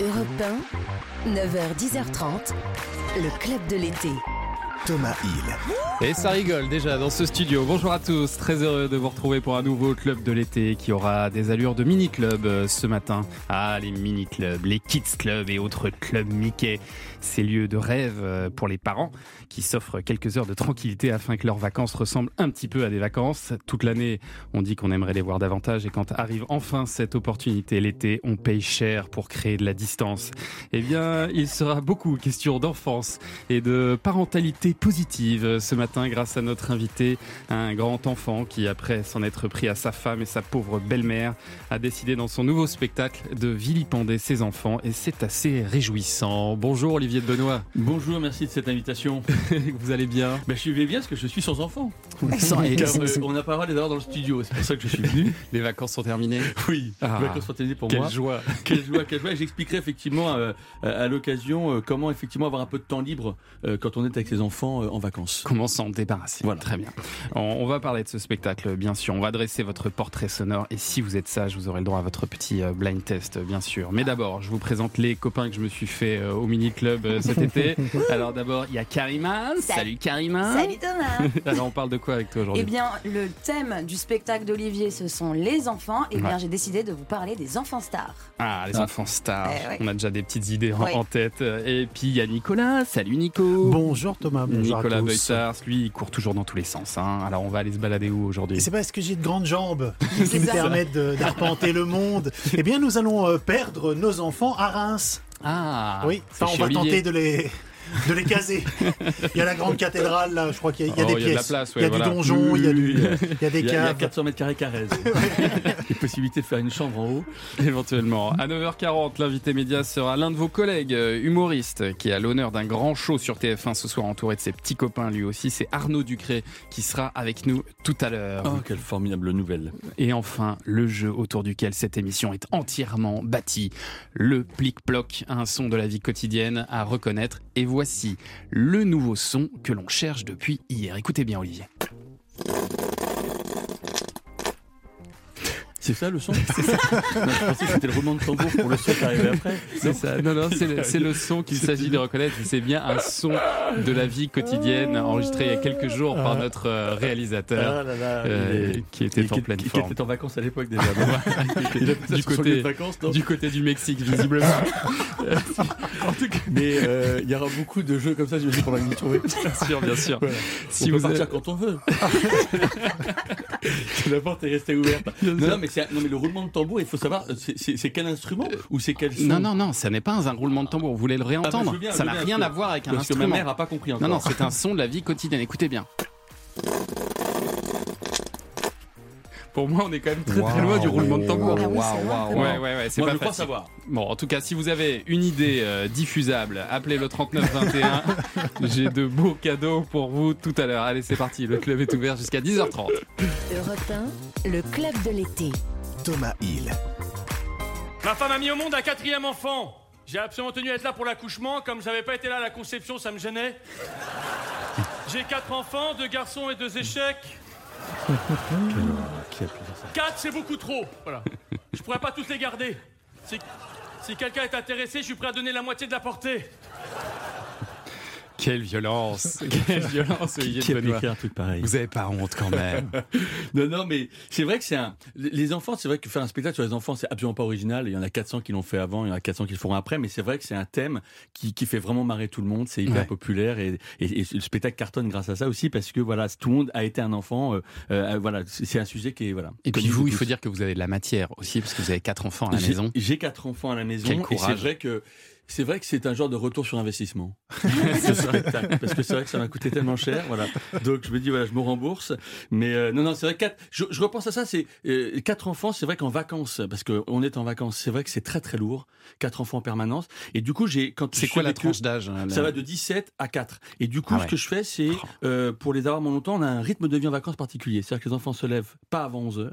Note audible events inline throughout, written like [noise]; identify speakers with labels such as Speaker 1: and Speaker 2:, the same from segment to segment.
Speaker 1: Europe 1, 9h-10h30, le club de l'été.
Speaker 2: Thomas Hill.
Speaker 3: Et ça rigole déjà dans ce studio. Bonjour à tous, très heureux de vous retrouver pour un nouveau club de l'été qui aura des allures de mini-club euh, ce matin. Ah, les mini-clubs, les kids clubs et autres clubs Mickey, ces lieux de rêve euh, pour les parents qui s'offrent quelques heures de tranquillité afin que leurs vacances ressemblent un petit peu à des vacances. Toute l'année, on dit qu'on aimerait les voir davantage et quand arrive enfin cette opportunité l'été, on paye cher pour créer de la distance. Eh bien, il sera beaucoup question d'enfance et de parentalité positive ce matin grâce à notre invité, un grand enfant qui, après s'en être pris à sa femme et sa pauvre belle-mère, a décidé dans son nouveau spectacle de vilipender ses enfants et c'est assez réjouissant. Bonjour Olivier
Speaker 4: [laughs]
Speaker 3: de Benoît,
Speaker 4: Bonjour, merci de cette invitation.
Speaker 3: vous allez [laughs] bien
Speaker 4: Bah, je suis bien parce que je suis sans enfant.
Speaker 3: Sans- et-
Speaker 4: Car, euh, on n'a pas le droit de les avoir dans le studio, c'est pour ça que je suis venu.
Speaker 3: Les vacances sont terminées
Speaker 4: Oui,
Speaker 3: Ah.
Speaker 4: vacances spontanées pour
Speaker 3: Quelle
Speaker 4: moi.
Speaker 3: joie
Speaker 4: Quelle joie, quelle joie. Et J'expliquerai effectivement euh, à, à l'occasion euh, comment effectivement avoir un peu de temps libre euh, quand on est avec ses enfants euh, en vacances.
Speaker 3: Comment s'en débarrasser
Speaker 4: Voilà.
Speaker 3: Très bien. On, on va parler de ce spectacle, bien sûr. On va dresser votre portrait sonore. Et si vous êtes sage, vous aurez le droit à votre petit euh, blind test, euh, bien sûr. Mais d'abord, je vous présente les copains que je me suis fait euh, au mini-club euh,
Speaker 5: [laughs]
Speaker 3: cet été. Alors d'abord, il y a Karima.
Speaker 5: Salut.
Speaker 3: Salut Karima.
Speaker 5: Salut Thomas
Speaker 3: [laughs] Alors on parle de quoi avec toi
Speaker 5: Eh
Speaker 3: aujourd'hui
Speaker 5: bien, le thème du spectacle d'Olivier, ce sont les enfants. Eh bien,
Speaker 3: Ouais.
Speaker 5: j'ai décidé de vous parler des enfants stars.
Speaker 3: Ah, les
Speaker 4: Ah.
Speaker 3: enfants stars.
Speaker 5: Eh ouais.
Speaker 3: On a déjà des petites idées en,
Speaker 5: Ouais.
Speaker 3: en tête. Et puis il y a Nicolas. Salut Nico.
Speaker 2: Bonjour Thomas, bonjour à
Speaker 3: Nicolas
Speaker 2: tous.
Speaker 3: Beutars, lui, il court toujours dans tous les sens. hein. Alors on va aller se balader où
Speaker 2: Et
Speaker 3: aujourd'hui
Speaker 2: c'est parce que j'ai de grandes
Speaker 3: [laughs]
Speaker 2: jambes qui
Speaker 5: C'est
Speaker 2: me
Speaker 5: ça.
Speaker 2: permettent de- d'arpenter le monde. Eh bien, nous allons euh, perdre nos enfants à Reims.
Speaker 3: Ah,
Speaker 2: oui,
Speaker 3: c'est
Speaker 2: enfin, on
Speaker 3: chez
Speaker 2: va
Speaker 3: Olivier.
Speaker 2: tenter de les, de les caser. Il y a la grande cathédrale, là, je crois qu'il y a, il y a
Speaker 3: Oh,
Speaker 2: des
Speaker 3: il y a de
Speaker 2: pièces.
Speaker 3: la place,
Speaker 2: il
Speaker 3: ouais,
Speaker 2: y a
Speaker 3: voilà.
Speaker 2: du donjon, il y a, du-
Speaker 4: Oui, oui, oui.
Speaker 2: il y a des
Speaker 4: Il y, a, il y a
Speaker 2: caves.
Speaker 4: 400 mètres carrés
Speaker 3: [laughs]
Speaker 4: Carrez. Les possibilités de faire une chambre en haut.
Speaker 3: Éventuellement. À 9h40, l'invité média sera l'un de vos collègues euh, humoristes qui a l'honneur d'un grand show sur TF1 ce soir entouré de ses petits copains lui aussi. C'est Arnaud Ducré qui sera avec nous tout à l'heure.
Speaker 4: Oh, quelle formidable nouvelle.
Speaker 3: Et enfin, le jeu autour duquel cette émission est entièrement bâtie. Le plic-ploc, un son de la vie quotidienne à reconnaître. Et voici le nouveau son que l'on cherche depuis hier. Écoutez bien Olivier.
Speaker 4: C'est ça le son C'est ça. je pensais que c'était le roman de tambour pour le son qui arrivait après.
Speaker 3: C'est ça. Ah, Non, non,
Speaker 4: [laughs]
Speaker 3: c'est le, c'est le son qu'il s'agit de reconnaître. C'est bien un son de la vie quotidienne
Speaker 4: Ah.
Speaker 3: enregistré il y a quelques jours par notre euh, réalisateur
Speaker 2: Ah là là.
Speaker 3: euh,
Speaker 4: il est-
Speaker 3: qui était
Speaker 4: Et
Speaker 3: en
Speaker 4: qui-
Speaker 3: pleine
Speaker 4: qui
Speaker 3: forme.
Speaker 4: était en vacances à l'époque déjà.
Speaker 3: [laughs]
Speaker 4: [laughs]
Speaker 3: Du côté,
Speaker 4: vacances, non
Speaker 3: du côté
Speaker 4: [laughs]
Speaker 3: du Mexique, visiblement. en tout cas,
Speaker 4: Mais euh, il y aura beaucoup de jeux comme ça, j'imagine, pour la nuit. Oui.
Speaker 3: [laughs] bien sûr, bien sûr.
Speaker 4: Voilà.
Speaker 3: Si
Speaker 4: on peut
Speaker 3: vous
Speaker 4: partir
Speaker 3: êtes-
Speaker 4: quand on veut. [laughs] la porte est restée ouverte. Non, non, mais, c'est- non, mais le roulement de tambour, il faut savoir, euh, c'est- c'est c'est quel instrument ou c'est quel son
Speaker 3: Non, non, non, ça n'est pas un roulement de tambour. Vous voulez le
Speaker 4: Ah, bah,
Speaker 3: réentendre
Speaker 4: je veux bien,
Speaker 3: Ça
Speaker 4: je
Speaker 3: n'a
Speaker 4: veux bien,
Speaker 3: rien
Speaker 4: parce
Speaker 3: à voir avec un
Speaker 4: Parce que ma
Speaker 3: instrument.
Speaker 4: mère n'a pas compris encore.
Speaker 3: Non, non, c'est un son de la vie quotidienne. Écoutez bien. Pour moi, on est quand même très très loin du roulement de tambour.
Speaker 5: Ah oui, c'est vrai.
Speaker 3: Ouais, ouais, ouais, c'est
Speaker 4: Moi,
Speaker 3: pas
Speaker 4: je crois
Speaker 3: facile.
Speaker 4: savoir.
Speaker 3: Bon, en tout cas, si vous avez une idée euh, diffusable, appelez le [laughs] 3921. J'ai de beaux cadeaux pour vous tout à l'heure. Allez, c'est parti. Le club est ouvert jusqu'à 10h30.
Speaker 1: Europe 1, le club de l'été.
Speaker 2: Thomas Hill.
Speaker 6: Ma femme a mis au monde un quatrième enfant. J'ai absolument tenu à être là pour l'accouchement. Comme j'avais pas été là à la conception, ça me gênait. J'ai quatre enfants, deux garçons et deux échecs. Quatre, c'est beaucoup trop. Voilà. Je pourrais pas tous les garder. Si, si quelqu'un est intéressé, je suis prêt à donner la moitié de la portée.
Speaker 3: Quelle violence [laughs] Quelle violence, Olivier de Benoît.
Speaker 4: un truc pareil
Speaker 3: Vous avez pas honte quand même.
Speaker 4: [laughs] Non, non, mais c'est vrai que c'est un. Les enfants, c'est vrai que faire un spectacle sur les enfants, c'est absolument pas original. Il y en a 400 qui l'ont fait avant, il y en a 400 qui le feront après, mais c'est vrai que c'est un thème qui, qui fait vraiment marrer tout le monde. C'est hyper
Speaker 3: Ouais.
Speaker 4: populaire et, et- et le spectacle cartonne grâce à ça aussi parce que voilà, tout le monde a été un enfant. euh, euh, voilà, c'est c'est un sujet qui est voilà.
Speaker 3: Et puis
Speaker 4: connu de
Speaker 3: vous, il
Speaker 4: tous.
Speaker 3: faut dire que vous avez de la matière aussi, parce que vous avez quatre enfants à la
Speaker 4: J'ai-
Speaker 3: maison.
Speaker 4: J'ai quatre enfants à la maison.
Speaker 3: Quel
Speaker 4: et c'est
Speaker 3: courage.
Speaker 4: vrai que c'est vrai que c'est un genre de retour sur
Speaker 3: [laughs]
Speaker 4: investissement. ce spectacle, parce que c'est vrai que ça m'a coûté tellement cher, voilà. Donc je me dis voilà, je me rembourse. Mais euh, non non, c'est vrai que quatre. Je, je repense à ça, c'est euh, quatre enfants. C'est vrai qu'en vacances, parce que on est en vacances, c'est vrai que c'est très très lourd. Quatre enfants en permanence. Et du coup j'ai quand
Speaker 3: C'est
Speaker 4: je
Speaker 3: quoi
Speaker 4: suis
Speaker 3: la
Speaker 4: avec eux,
Speaker 3: tranche d'âge hein,
Speaker 4: ça
Speaker 3: là
Speaker 4: va de 17 à 4. Et du coup,
Speaker 3: Ah ouais.
Speaker 4: ce que je fais, c'est, euh, pour les avoir moins longtemps, on a un rythme de vie en vacances particulier. C'est-à-dire que les enfants se lèvent pas avant 11h.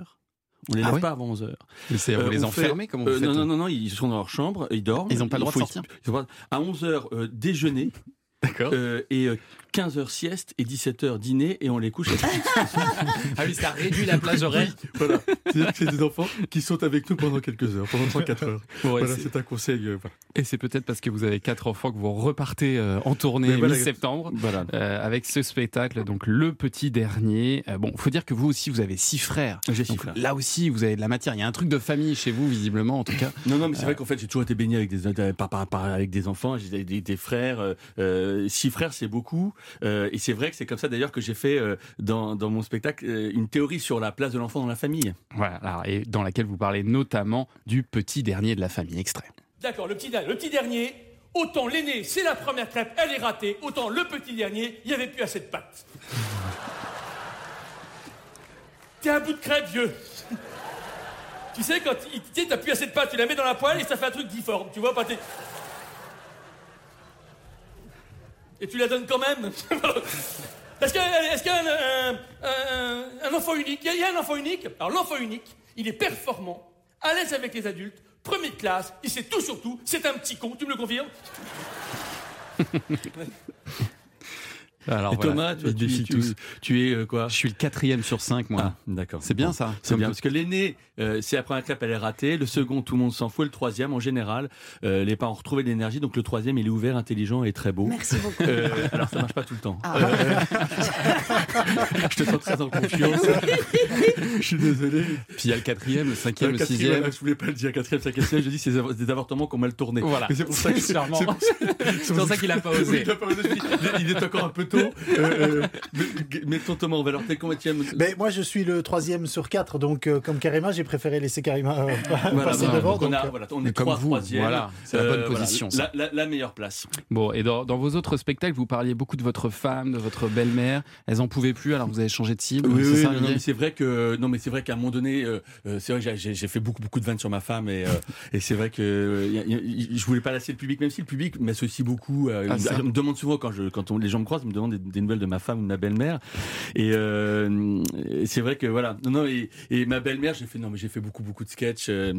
Speaker 4: On les
Speaker 3: Ah
Speaker 4: lève
Speaker 3: ouais
Speaker 4: pas avant 11h.
Speaker 3: Mais c'est- Vous
Speaker 4: Euh,
Speaker 3: les
Speaker 4: on fait-
Speaker 3: enfermez comment vous
Speaker 4: Euh,
Speaker 3: faites
Speaker 4: non, non, non, non, ils sont dans leur chambre, ils dorment.
Speaker 3: Ils ont pas le droit de
Speaker 4: Faut-
Speaker 3: sortir
Speaker 4: ils- ils ont pas- À 11h, euh, déjeuner.
Speaker 3: D'accord.
Speaker 4: euh, et 15h sieste et 17h dîner et on les couche à
Speaker 3: [laughs] Ah oui, ça réduit la plage horaire.
Speaker 4: Voilà. C'est-à-dire que c'est des enfants qui sont avec nous pendant quelques heures, pendant 34 heures.
Speaker 3: Bon, et
Speaker 4: Voilà,
Speaker 3: c'est-
Speaker 4: c'est un conseil. euh, voilà.
Speaker 3: et c'est peut-être parce que vous avez quatre enfants que vous repartez euh, en
Speaker 4: Mais
Speaker 3: tournée
Speaker 4: voilà.
Speaker 3: mi-septembre.
Speaker 4: Voilà.
Speaker 3: euh, avec ce spectacle, donc le petit dernier. Euh, bon, faut dire que vous aussi, vous avez six frères.
Speaker 4: J'ai six
Speaker 3: Donc,
Speaker 4: frères.
Speaker 3: Là aussi, vous avez de la matière. Il y a un truc de famille chez vous, visiblement, en tout cas.
Speaker 4: Non, non, mais c'est vrai qu'en fait, j'ai toujours été baigné avec des, euh, par- par- par- avec des enfants, j'ai des, des- des frères. euh, euh, six frères, c'est beaucoup. euh, et c'est vrai que c'est comme ça, d'ailleurs, que j'ai fait euh, dans, dans mon spectacle euh, une théorie sur la place de l'enfant dans la famille.
Speaker 3: [laughs] Voilà, alors, et dans laquelle vous parlez notamment du petit dernier de la famille. Extrait.
Speaker 6: D'accord, le petit, le petit dernier, autant l'aîné, c'est la première crêpe, elle est ratée, autant le petit dernier, il n'y avait plus assez de pâtes. T'es un bout de crêpe, vieux. Tu sais, quand il- tu sais, t'as plus assez de pâtes, tu la mets dans la poêle et ça fait un truc difforme, tu vois, pâté. Et tu la donnes quand même. [laughs] Est-ce qu'il y a, est-ce qu'il y a un, un- un- un enfant unique il y, a, il y a un enfant unique. Alors l'enfant unique, il est performant, à l'aise avec les adultes, premier de classe, il sait tout sur tout, c'est un petit con, tu me le confirmes
Speaker 3: Alors,
Speaker 4: et
Speaker 3: voilà,
Speaker 4: Thomas, toi,
Speaker 3: il
Speaker 4: tu,
Speaker 3: défie
Speaker 4: tu-
Speaker 3: tous.
Speaker 4: tu es euh, quoi
Speaker 3: Je suis le quatrième sur cinq, moi.
Speaker 4: Ah, d'accord.
Speaker 3: C'est bien ça.
Speaker 4: C'est
Speaker 3: Comme
Speaker 4: bien,
Speaker 3: tout-
Speaker 4: parce que l'aîné, euh, c'est la première crêpe, elle est ratée. Le second, tout le monde s'en fout. Le troisième, en général, euh, les parents ont retrouvé de l'énergie. Donc le troisième, il est ouvert, intelligent et très beau.
Speaker 5: Merci beaucoup.
Speaker 4: Euh, alors ça marche pas tout le temps.
Speaker 5: Ah.
Speaker 4: Euh, [laughs] je te sens très en confiance. [laughs] je suis désolé.
Speaker 3: Puis il y a le quatrième, le cinquième,
Speaker 4: Le
Speaker 3: le
Speaker 4: quatrième,
Speaker 3: sixième.
Speaker 4: Je voulais pas le dire. Quatrième, cinquième, sixième. Je dis c'est des av- des avortements qu'on mal tourné.
Speaker 3: Voilà.
Speaker 4: Mais c'est pour
Speaker 3: [laughs]
Speaker 4: ça que c'est
Speaker 3: Clairement.
Speaker 4: c'est pour ça-
Speaker 3: C'est pour ça qu'il a pas
Speaker 4: Oui,
Speaker 3: osé.
Speaker 4: il a pas osé, [laughs] je dis, il est- il est encore un peu tôt. Euh, euh, mais- mettons Thomas, on va leur tel combattième.
Speaker 2: Ben, moi, je suis le troisième sur quatre, donc euh, comme Karima, j'ai préféré laisser Karima euh, [laughs]
Speaker 4: Voilà,
Speaker 2: passer
Speaker 4: voilà,
Speaker 2: devant.
Speaker 4: donc on, a,
Speaker 2: donc, euh,
Speaker 4: voilà, on
Speaker 3: Mais
Speaker 4: est
Speaker 3: comme
Speaker 4: trois
Speaker 3: vous,
Speaker 4: troisièmes.
Speaker 3: voilà, c'est la bonne position, ça.
Speaker 4: La, la- la meilleure place.
Speaker 3: Bon, et dans, dans vos autres spectacles, vous parliez beaucoup de votre femme, de votre belle-mère. Elles en pouvaient plus, alors vous avez changé de cible.
Speaker 4: Oui,
Speaker 3: c'est
Speaker 4: oui,
Speaker 3: ça,
Speaker 4: non, non,
Speaker 3: l'idée
Speaker 4: mais c'est vrai que non, mais c'est vrai qu'à un moment donné, euh, euh, c'est vrai, que j'ai- j'ai j'ai fait beaucoup, beaucoup de vannes sur ma femme et, euh, et c'est vrai que euh, y a- y a- y- je voulais pas lasser le public, même si le public m'associe beaucoup. euh,
Speaker 3: Ah,
Speaker 4: il-
Speaker 3: ça.
Speaker 4: il me demande souvent quand je, quand on, les gens me croisent, ils me demandent des, des nouvelles de ma femme ou de ma belle-mère. Et, euh, et c'est vrai que voilà, non, non, et, et ma belle-mère, j'ai fait non, mais j'ai fait beaucoup, beaucoup de sketchs. euh,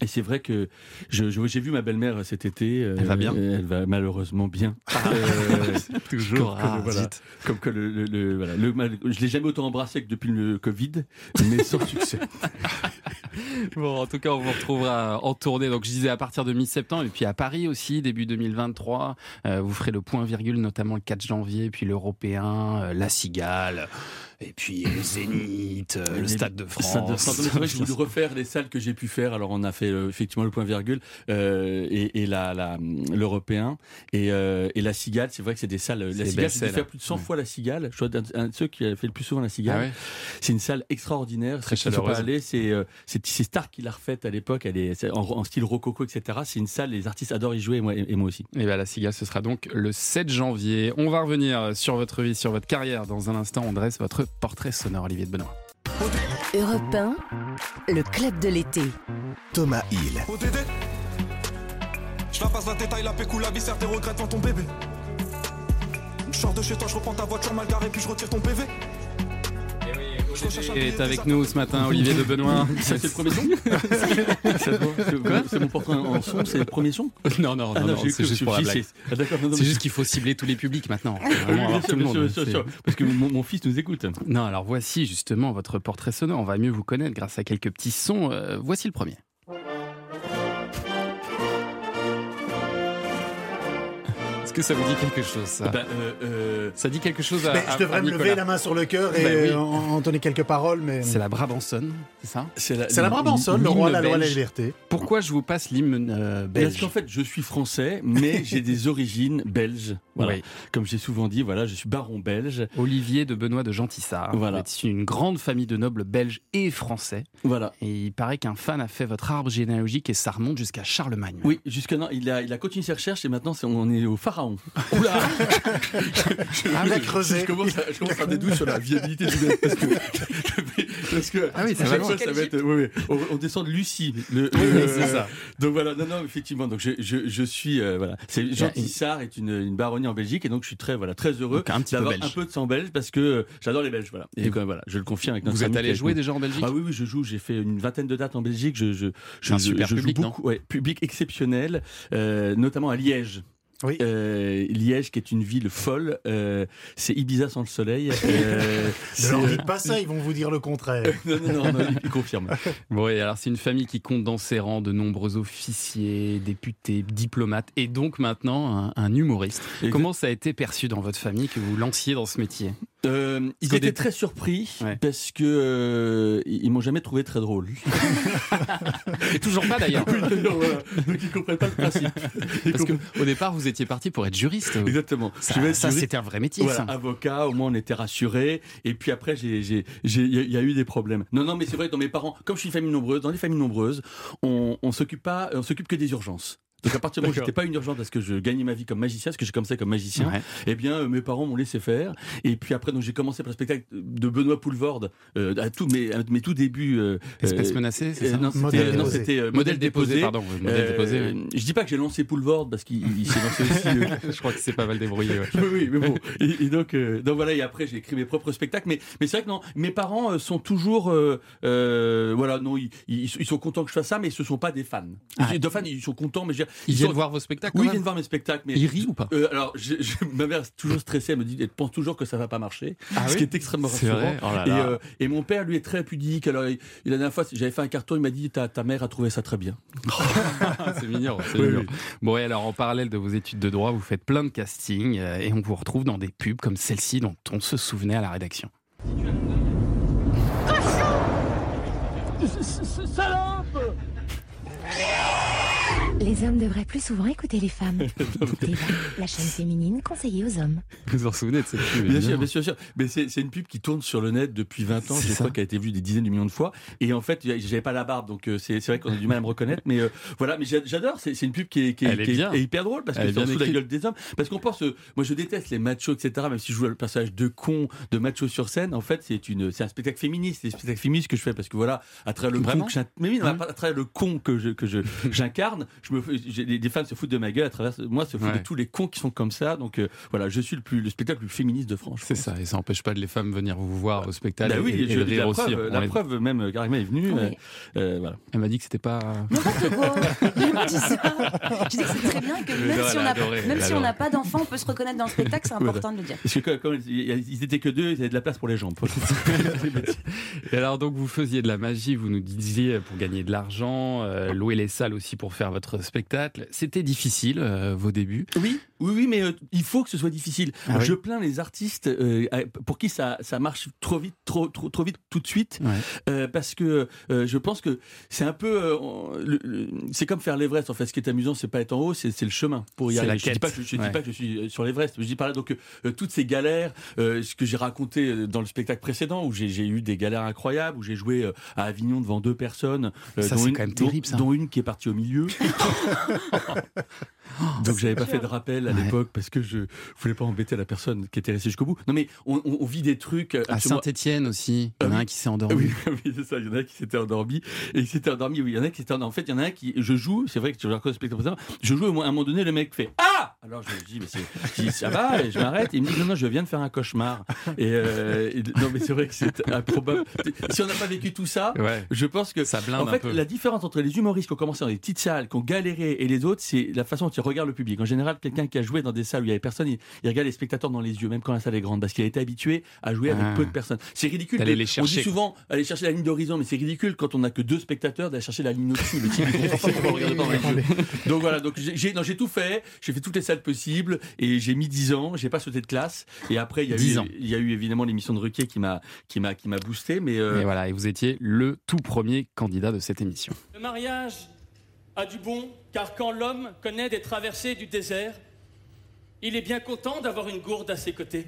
Speaker 4: et c'est vrai que je- je- j'ai vu ma belle-mère cet été. euh,
Speaker 3: Elle va bien
Speaker 4: Elle va malheureusement
Speaker 3: [laughs]
Speaker 4: bien. Euh,
Speaker 3: toujours.
Speaker 4: comme que,
Speaker 3: Ah,
Speaker 4: le- voilà,
Speaker 3: zut.
Speaker 4: comme que le, le- le- voilà, le mal- je l'ai jamais autant embrassé que depuis le Covid, mais
Speaker 3: [laughs]
Speaker 4: sans succès.
Speaker 3: Bon, en tout cas, on vous retrouvera en tournée. Donc, je disais à partir de mi-septembre, et puis à Paris aussi, début 2023. Euh, vous ferez le point virgule, notamment le 4 janvier, puis l'Européen, euh, la Cigale, et puis euh, le Zénith, euh, le
Speaker 4: Les-
Speaker 3: Stade
Speaker 4: Stade de
Speaker 3: de
Speaker 4: France.
Speaker 3: France.
Speaker 4: Mais c'est vrai que j'ai voulu refaire les salles que j'ai pu faire. Alors on a fait euh, effectivement le point virgule euh, et, et la- la- l'européen et, euh, et la cigale. C'est vrai que c'est des salles.
Speaker 3: C'est
Speaker 4: La
Speaker 3: des
Speaker 4: cigale,
Speaker 3: belles
Speaker 4: j'ai dû
Speaker 3: salles.
Speaker 4: faire plus de 100 fois la cigale. Je suis un, un de ceux qui a fait le plus souvent la cigale.
Speaker 3: Ah ouais
Speaker 4: C'est une salle extraordinaire.
Speaker 3: Très
Speaker 4: Ceux qui ne sont pas
Speaker 3: chaleureuse.
Speaker 4: allés, c'est euh, c'est c'est Stark qui l'a refaite à l'époque. Elle est c'est en, en style rococo, etc. C'est une salle. Les artistes adorent y jouer et moi, et moi aussi.
Speaker 3: Et bien, Eh ben, la cigale, ce sera donc le 7 janvier. On va revenir sur votre vie, sur votre carrière. Dans un instant, on dresse votre portrait sonore, Olivier de Benoît.
Speaker 1: Europe 1, le club de l'été.
Speaker 7: Thomas Hill.
Speaker 3: Euh,
Speaker 8: ODD Je la passe la détaille, la pécou, la viscère, tes regrets devant ton bébé Je sors de chez toi, je reprends ta voiture mal garée, puis je retire ton PV Je recherche un
Speaker 3: Il
Speaker 8: billet
Speaker 3: est
Speaker 8: des
Speaker 3: avec nous ce matin, Olivier de Benoît.
Speaker 4: [laughs] Ça, c'est le premier son Ça se voit. C'est- C'est mon portrait en en son, c'est le premier son
Speaker 3: Non, non, non, non,
Speaker 4: j'ai
Speaker 3: c'est
Speaker 4: cru
Speaker 3: juste
Speaker 4: que
Speaker 3: pour la
Speaker 4: tu-
Speaker 3: blague.
Speaker 4: si, Ah, c'est- Ah, d'accord, non, non, mais-
Speaker 3: C'est
Speaker 4: Ah
Speaker 3: juste qu'il faut cibler tous les publics maintenant.
Speaker 4: Oui,
Speaker 3: Vraiment,
Speaker 4: bien
Speaker 3: avoir
Speaker 4: sûr,
Speaker 3: tout le
Speaker 4: bien sûr,
Speaker 3: monde.
Speaker 4: bien
Speaker 3: C'est-
Speaker 4: sûr, Parce que mon, mon fils nous écoute.
Speaker 3: Non, alors voici justement votre portrait sonore. On va mieux vous connaître grâce à quelques petits sons. Euh, voici le premier. Est-ce que ça vous dit quelque chose ça,
Speaker 4: Bah, euh, euh,
Speaker 3: Eh ben, Ça dit quelque chose à,
Speaker 2: ben,
Speaker 3: à-
Speaker 2: je devrais
Speaker 3: à
Speaker 2: me
Speaker 3: Nicolas.
Speaker 2: lever la main sur le cœur et
Speaker 3: Ben oui.
Speaker 2: euh, en- entonner quelques paroles, mais.
Speaker 3: C'est la Brabançonne, c'est ça
Speaker 4: C'est la,
Speaker 2: C'est la Brabançonne, le
Speaker 3: l'hymne
Speaker 2: roi, la loi, la
Speaker 3: belge.
Speaker 2: liberté.
Speaker 3: Pourquoi je vous passe l'hymne euh,
Speaker 4: Parce
Speaker 3: belge
Speaker 4: qu'en fait, je suis français, mais j'ai des origines belges. Voilà.
Speaker 3: Oui.
Speaker 4: Comme j'ai souvent dit, voilà, je suis baron belge.
Speaker 3: Olivier de Benoît de Gentissart.
Speaker 4: Voilà.
Speaker 3: C'est une grande famille de nobles belges et français.
Speaker 4: Voilà.
Speaker 3: Et il paraît qu'un fan a fait votre arbre généalogique et ça remonte jusqu'à Charlemagne.
Speaker 4: Oui, jusqu'à non, il a, il a continué ses recherches et maintenant c'est- on est au pharaon. [laughs] Oula
Speaker 3: Ah
Speaker 2: Il a
Speaker 3: oui.
Speaker 4: je
Speaker 2: creusé.
Speaker 4: commence, à, je commence à des doutes sur la viabilité du mec parce que, [laughs] parce que
Speaker 3: Ah oui, ça
Speaker 4: à
Speaker 3: va
Speaker 4: chaque
Speaker 3: loin.
Speaker 4: fois, ça va être, oui, oui. on, on descend de Lucie. Le,
Speaker 3: oui,
Speaker 4: le-
Speaker 3: c'est ça.
Speaker 4: Donc voilà, non, non, effectivement, donc je, je, je suis euh, voilà, c'est Gentissart est une, une baronnie en Belgique et donc je suis très voilà très heureux
Speaker 3: Donc un petit peu
Speaker 4: d'avoir
Speaker 3: belge.
Speaker 4: un peu de sang belge parce que euh, j'adore les Belges voilà. Et,
Speaker 3: Et
Speaker 4: quand même, voilà, je le confirme avec notre
Speaker 3: Vous êtes
Speaker 4: ami qui
Speaker 3: allé
Speaker 4: est
Speaker 3: jouer
Speaker 4: avec
Speaker 3: déjà en Belgique
Speaker 4: nous. Ah oui, oui, je joue. J'ai fait une vingtaine de dates en Belgique. Je, je, je,
Speaker 3: Un
Speaker 4: je-
Speaker 3: super
Speaker 4: je joue
Speaker 3: public, non
Speaker 4: beaucoup, ouais, public exceptionnel, euh, notamment à Liège.
Speaker 2: Oui.
Speaker 4: Euh, Liège, qui est une ville folle, euh, c'est Ibiza sans le soleil.
Speaker 3: [laughs]
Speaker 4: euh,
Speaker 2: Ne
Speaker 4: c'est-
Speaker 2: leur dites pas ça, ils vont vous dire le contraire.
Speaker 4: [laughs] non, non, non, non, il- il confirme.
Speaker 3: Bon, et alors c'est une famille qui compte dans ses rangs de nombreux officiers, députés, diplomates et donc maintenant un, un humoriste.
Speaker 4: Exact.
Speaker 3: Comment ça a été perçu dans votre famille que vous lanciez dans ce métier
Speaker 4: Euh, ils
Speaker 3: qu'au
Speaker 4: étaient
Speaker 3: début-
Speaker 4: très surpris
Speaker 3: Ouais.
Speaker 4: parce que euh, ils ils m'ont jamais trouvé très drôle.
Speaker 3: Et toujours pas d'ailleurs.
Speaker 4: Non, voilà. [laughs] Donc ils comprennent pas le principe. Ils
Speaker 3: [laughs] Parce
Speaker 4: comprennent-
Speaker 3: qu'au départ, vous étiez parti pour être juriste. vous.
Speaker 4: Exactement. Je vais
Speaker 3: Ça,
Speaker 4: être
Speaker 3: ça,
Speaker 4: juriste.
Speaker 3: c'était un vrai métier,
Speaker 4: Voilà, Ah,
Speaker 3: ça.
Speaker 4: avocat, au moins on était rassurés. Et puis après, j'ai, j'ai, j'ai- il y, a- il y a eu des problèmes. Non, non, mais c'est vrai, dans mes parents, comme je suis une famille nombreuse, dans les familles nombreuses, on, on s'occupe pas, on s'occupe que des urgences. Donc à partir du moment où
Speaker 3: D'accord.
Speaker 4: j'étais pas une urgence parce que je gagnais ma vie comme magicien, parce que j'ai commencé comme magicien,
Speaker 3: Ouais.
Speaker 4: eh bien euh, mes parents m'ont laissé faire. Et puis après, donc j'ai commencé par le spectacle de Benoît Poulvorde euh, à tous mes, à mes tout débuts. euh,
Speaker 3: Espèce
Speaker 4: euh,
Speaker 3: menacée, c'est
Speaker 4: euh,
Speaker 3: ça
Speaker 4: non, c'était,
Speaker 2: Modèle
Speaker 4: non,
Speaker 2: déposé.
Speaker 4: c'était, euh,
Speaker 3: Modèle déposé, pardon. Modèle
Speaker 4: Euh,
Speaker 3: déposé. ouais.
Speaker 4: Je dis pas que j'ai lancé Poulvorde parce qu'il il s'est lancé aussi. euh,
Speaker 3: [laughs] Je crois que c'est pas mal débrouillé. ouais.
Speaker 4: [laughs] oui, oui, mais bon. Et, et donc, euh, donc voilà, et après j'ai écrit mes propres spectacles. Mais, mais c'est vrai que non, mes parents euh, sont toujours. euh, euh, voilà, non, ils, ils, ils sont contents que je fasse ça, mais ils ne sont pas des fans. Ils- De fans, ils sont contents, mais je veux dire,
Speaker 3: Ils
Speaker 4: sont-
Speaker 3: viennent voir vos spectacles.
Speaker 4: Oui,
Speaker 3: quand
Speaker 4: ils
Speaker 3: même
Speaker 4: viennent voir mes spectacles. Mais
Speaker 3: Ils rient ou pas
Speaker 4: Euh, alors, je, je- [laughs] ma mère est toujours stressée, elle me dit, elle pense toujours que ça va pas marcher,
Speaker 3: Ah [laughs]
Speaker 4: ce
Speaker 3: oui
Speaker 4: qui est extrêmement
Speaker 3: C'est
Speaker 4: rassurant.
Speaker 3: vrai Oh là
Speaker 4: et,
Speaker 3: là.
Speaker 4: euh, et mon père, lui, est très pudique. Alors, il- la dernière fois, j'avais fait un carton, il m'a dit, ta, ta mère a trouvé ça très bien.
Speaker 3: Ah, c'est mignon, [laughs] c'est
Speaker 4: Oui,
Speaker 3: mignon.
Speaker 4: oui.
Speaker 3: Bon, et alors en parallèle de vos études de droit, vous faites plein de castings euh, et on vous retrouve dans des pubs comme celle-ci dont on se souvenait à la rédaction.
Speaker 7: Les hommes devraient plus souvent écouter les femmes. Débat, la chaîne féminine conseillée aux hommes.
Speaker 3: Vous vous en souvenez de cette pub
Speaker 4: Bien sûr,
Speaker 3: évidemment.
Speaker 4: bien sûr, bien sûr. Mais c'est c'est une pub qui tourne sur le net depuis 20 ans.
Speaker 3: C'est
Speaker 4: Je
Speaker 3: ça.
Speaker 4: crois qu'elle a été vue des dizaines de millions de fois. Et en fait, j'avais pas la barbe, donc euh, c'est c'est vrai qu'on a du mal à me reconnaître. Mais euh, voilà, mais j'a- j'adore. C'est c'est une pub qui est, qui est-
Speaker 3: Elle est
Speaker 4: qui est-
Speaker 3: bien.
Speaker 4: est hyper drôle parce que
Speaker 3: Elle est
Speaker 4: c'est
Speaker 3: bien
Speaker 4: en dessous de la
Speaker 3: écrite.
Speaker 4: gueule des hommes. Parce qu'on pense, euh, moi je déteste les machos, etc. Même si je joue le personnage de con, de macho sur scène, en fait, c'est une, c'est un spectacle féministe. C'est un spectacle féministe que je fais parce que voilà, à travers le
Speaker 3: Vraiment Ah
Speaker 4: con que j'in- mais oui, non, à travers le con que je que
Speaker 3: [laughs]
Speaker 4: je j'incarne, je me, j'ai- les, les fans se foutent de ma gueule à travers moi, se foutent
Speaker 3: Ouais.
Speaker 4: de tous les cons qui sont comme ça. Donc euh, voilà, je suis le plus le spectacle le plus féministe de France. je
Speaker 3: C'est
Speaker 4: pense.
Speaker 3: ça, et ça n'empêche pas de les femmes venir vous voir au spectacle
Speaker 4: Bah
Speaker 3: et-
Speaker 4: oui,
Speaker 3: et,
Speaker 4: je-
Speaker 3: de rire
Speaker 4: la,
Speaker 3: aussi.
Speaker 4: preuve,
Speaker 3: On
Speaker 4: la
Speaker 3: est-
Speaker 4: preuve, même Karim est venue.
Speaker 5: Oui.
Speaker 4: euh, euh, voilà.
Speaker 3: Elle m'a dit que c'était pas.
Speaker 5: N'importe Ah, quoi. Il m'a dit ça. Je dis que c'est très bien que même
Speaker 3: adore,
Speaker 5: si on
Speaker 3: elle a
Speaker 5: n'a
Speaker 3: adoré, elle
Speaker 5: même
Speaker 3: a
Speaker 5: si on
Speaker 3: adoré.
Speaker 5: n'a pas d'enfant, on peut se reconnaître dans le spectacle,
Speaker 3: [laughs]
Speaker 5: c'est
Speaker 4: Voilà.
Speaker 5: important de le dire.
Speaker 4: Parce que quand, quand ils ils étaient que deux, il y avait de la place pour les jambes.
Speaker 3: [laughs] Et alors, donc, vous faisiez de la magie, vous nous disiez euh, pour gagner de l'argent, euh, louer les salles aussi pour faire votre spectacle. C'était difficile, euh, vos débuts.
Speaker 4: Oui, oui, oui, mais euh, il faut que ce soit difficile.
Speaker 3: Ah oui.
Speaker 4: Je plains les artistes euh, à- pour qui ça, ça marche trop vite, trop, trop, trop vite tout de suite,
Speaker 3: Ouais.
Speaker 4: euh, parce que euh, je pense que c'est un peu, euh, on- le- le- c'est comme faire l'Everest. En fait, ce qui est amusant, c'est pas être en haut, c'est c'est le chemin pour y
Speaker 3: C'est la
Speaker 4: arriver. Je dis
Speaker 3: quête.
Speaker 4: pas que je, je
Speaker 3: Ouais.
Speaker 4: dis pas que je suis euh, sur l'Everest. Je dis par là donc euh, toutes ces galères, euh, ce que j'ai raconté euh, dans le spectacle précédent où j'ai j'ai eu des galères incroyables, où j'ai joué euh, à Avignon devant deux personnes, euh,
Speaker 3: Ça,
Speaker 4: dont
Speaker 3: c'est
Speaker 4: une-
Speaker 3: quand même
Speaker 4: dont-
Speaker 3: terrible, ça.
Speaker 4: dont une qui est partie au milieu.
Speaker 3: [laughs]
Speaker 4: [laughs] Donc j'avais pas fait de rappel à
Speaker 3: Ouais.
Speaker 4: l'époque parce que je voulais pas embêter la personne qui était restée jusqu'au bout. Non mais on, on- on vit des trucs euh,
Speaker 3: À
Speaker 4: absolument-
Speaker 3: Saint-Etienne aussi, il y en a un qui s'est endormi.
Speaker 4: oui, [laughs] oui, c'est ça. Il y en a qui s'étaient endormis. Et qui s'étaient endormis, oui. Il y en a qui s'étaient endormis. En fait, il y en a un qui. Je joue, c'est vrai que je raconte le spectacle précédent, Je joue, et moi, à un moment donné, le mec fait Ah Alors je lui dis, mais c'est, je dis, ça va, et je m'arrête. Et il me dit, non, non, je viens de faire un cauchemar. Et, euh, et- non, mais c'est vrai que c'est
Speaker 3: [laughs]
Speaker 4: improbable. Si on n'a pas vécu tout ça,
Speaker 3: Ouais.
Speaker 4: je pense que
Speaker 3: Ça blinde
Speaker 4: en
Speaker 3: un
Speaker 4: fait,
Speaker 3: peu.
Speaker 4: la différence entre les humoristes qui ont commencé dans des petites salles, qui ont galéré, et les autres, c'est la façon dont ils regardent le public. En général, quelqu'un qui a joué dans des salles où il y avait personne, il, il regarde les spectateurs dans les yeux, même quand la salle est grande, parce qu'il a été habitué à jouer avec
Speaker 3: Ah.
Speaker 4: peu de personnes. C'est ridicule.
Speaker 3: D'aller
Speaker 4: de-
Speaker 3: les
Speaker 4: On
Speaker 3: chercher.
Speaker 4: dit souvent aller chercher la ligne d'horizon, mais c'est ridicule quand on n'a que deux spectateurs d'aller chercher la ligne au-dessus. Le type, il comprend pas pourquoi on regarde pas dans les yeux. Donc voilà, donc j'ai- j'ai non, j'ai tout fait, j'ai fait toutes les salles possibles, et j'ai mis 10 ans, j'ai pas sauté de classe. Et après, il y a
Speaker 3: 10
Speaker 4: eu,
Speaker 3: ans.
Speaker 4: il y a eu évidemment l'émission de Ruquier qui m'a qui m'a qui m'a boosté, mais euh,
Speaker 3: Et voilà, et vous étiez le tout premier candidat de cette émission.
Speaker 6: Le mariage a du bon, car quand l'homme connaît des traversées du désert, il est bien content d'avoir une gourde à ses côtés.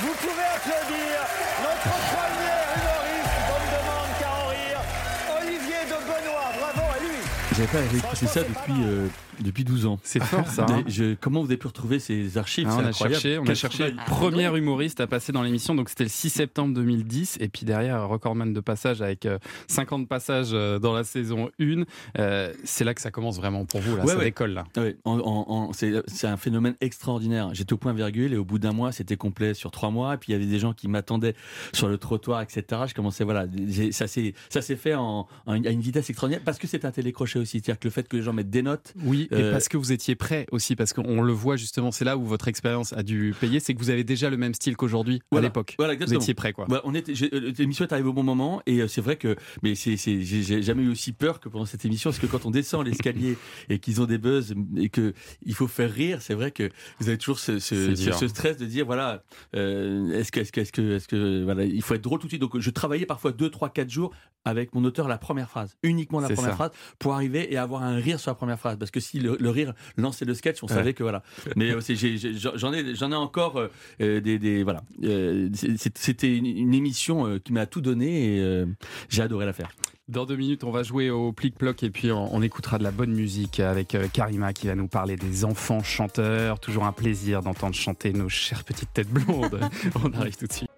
Speaker 9: Vous pouvez applaudir notre premier humoriste qu'on me demande qu'à en rire, Olivier de Benoît.
Speaker 3: Euh.
Speaker 9: Bravo à lui.
Speaker 4: J'avais pas réécouté ça depuis, euh, depuis 12 ans.
Speaker 3: [laughs] C'est fort ça.
Speaker 4: Mais je- comment vous avez pu retrouver ces archives
Speaker 3: Hein,
Speaker 4: C'est
Speaker 3: on a
Speaker 4: incroyable.
Speaker 3: cherché, on a
Speaker 4: Quel
Speaker 3: cherché
Speaker 4: travail.
Speaker 3: premier humoriste à passer dans l'émission, donc c'était le 6 septembre 2010, et puis derrière recordman de passage avec euh, 50 passages euh, dans la saison 1, euh, c'est là que ça commence vraiment pour vous, là,
Speaker 4: Ouais,
Speaker 3: ça
Speaker 4: ouais.
Speaker 3: décolle là.
Speaker 4: Ouais, en- en- en- c'est c'est un phénomène extraordinaire. J'étais au point virgule et au bout d'un mois, c'était complet sur trois mois. Et puis il y avait des gens qui m'attendaient sur le trottoir, etc. Je commençais, voilà, j'ai- ça s'est ça s'est fait en, en- à une vitesse extraordinaire parce que c'est un télécrochet aussi. C'est-à-dire que le fait que les gens mettent des notes.
Speaker 3: Oui, et
Speaker 4: Euh,
Speaker 3: parce que vous étiez prêt aussi, parce qu'on le voit justement, c'est là où votre expérience a dû payer, c'est que vous avez déjà le même style qu'aujourd'hui
Speaker 4: Voilà.
Speaker 3: à l'époque.
Speaker 4: Voilà,
Speaker 3: vous
Speaker 4: exactement.
Speaker 3: étiez prêt, quoi.
Speaker 4: Ouais, on était, j'ai- euh, l'émission est arrivée au bon moment et euh, c'est vrai que mais c'est, c'est- j'ai j'ai jamais eu aussi peur que pendant cette émission parce que quand on descend
Speaker 3: [laughs]
Speaker 4: l'escalier et qu'ils ont des buzz et que il faut faire rire, c'est vrai que vous avez toujours ce, ce,
Speaker 3: C'est
Speaker 4: ce-
Speaker 3: dur.
Speaker 4: ce stress de dire voilà euh, est-ce que est-ce que est-ce que est-ce que voilà il faut être drôle tout de suite. Donc je travaillais parfois deux trois quatre jours avec mon auteur la première phrase uniquement la
Speaker 3: C'est
Speaker 4: première
Speaker 3: ça.
Speaker 4: phrase pour arriver et avoir un rire sur la première phrase parce que si le, le rire lançait le sketch on savait que voilà mais euh, c'est- j'ai- j'ai- j'en ai j'en ai encore euh, euh, des, des- voilà Euh, c'est- c'est- c'était une, une émission euh, qui m'a tout donné et euh, j'ai adoré la [laughs] faire
Speaker 3: Dans deux minutes, on va jouer au plic-ploc et puis on, on écoutera de la bonne musique avec euh, Karima qui va nous parler des enfants chanteurs. Toujours un plaisir d'entendre chanter nos chères petites têtes [laughs] blondes. on arrive tout de suite.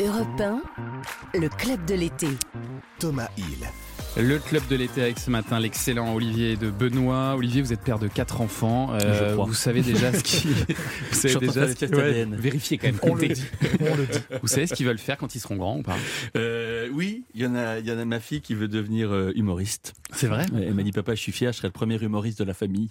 Speaker 1: Europe 1, le club de l'été.
Speaker 10: Thomas Hill.
Speaker 3: Le club de l'été avec ce matin l'excellent Olivier de Benoît. Olivier, vous êtes père de quatre enfants. Euh,
Speaker 4: Je crois.
Speaker 3: Vous savez déjà ce qui. [laughs] Vous
Speaker 4: Je suis
Speaker 3: savez
Speaker 4: en train de faire
Speaker 3: déjà
Speaker 4: des
Speaker 3: ce qui.
Speaker 4: tests ADN.
Speaker 3: vérifiez quand même. Comptez. Vous savez ce qu'ils veulent faire quand ils seront grands ou pas
Speaker 4: Euh, oui il y en a il y en a ma fille qui veut devenir euh, humoriste
Speaker 3: C'est vrai.
Speaker 4: elle m'a dit papa je suis fier je serai le premier humoriste de la famille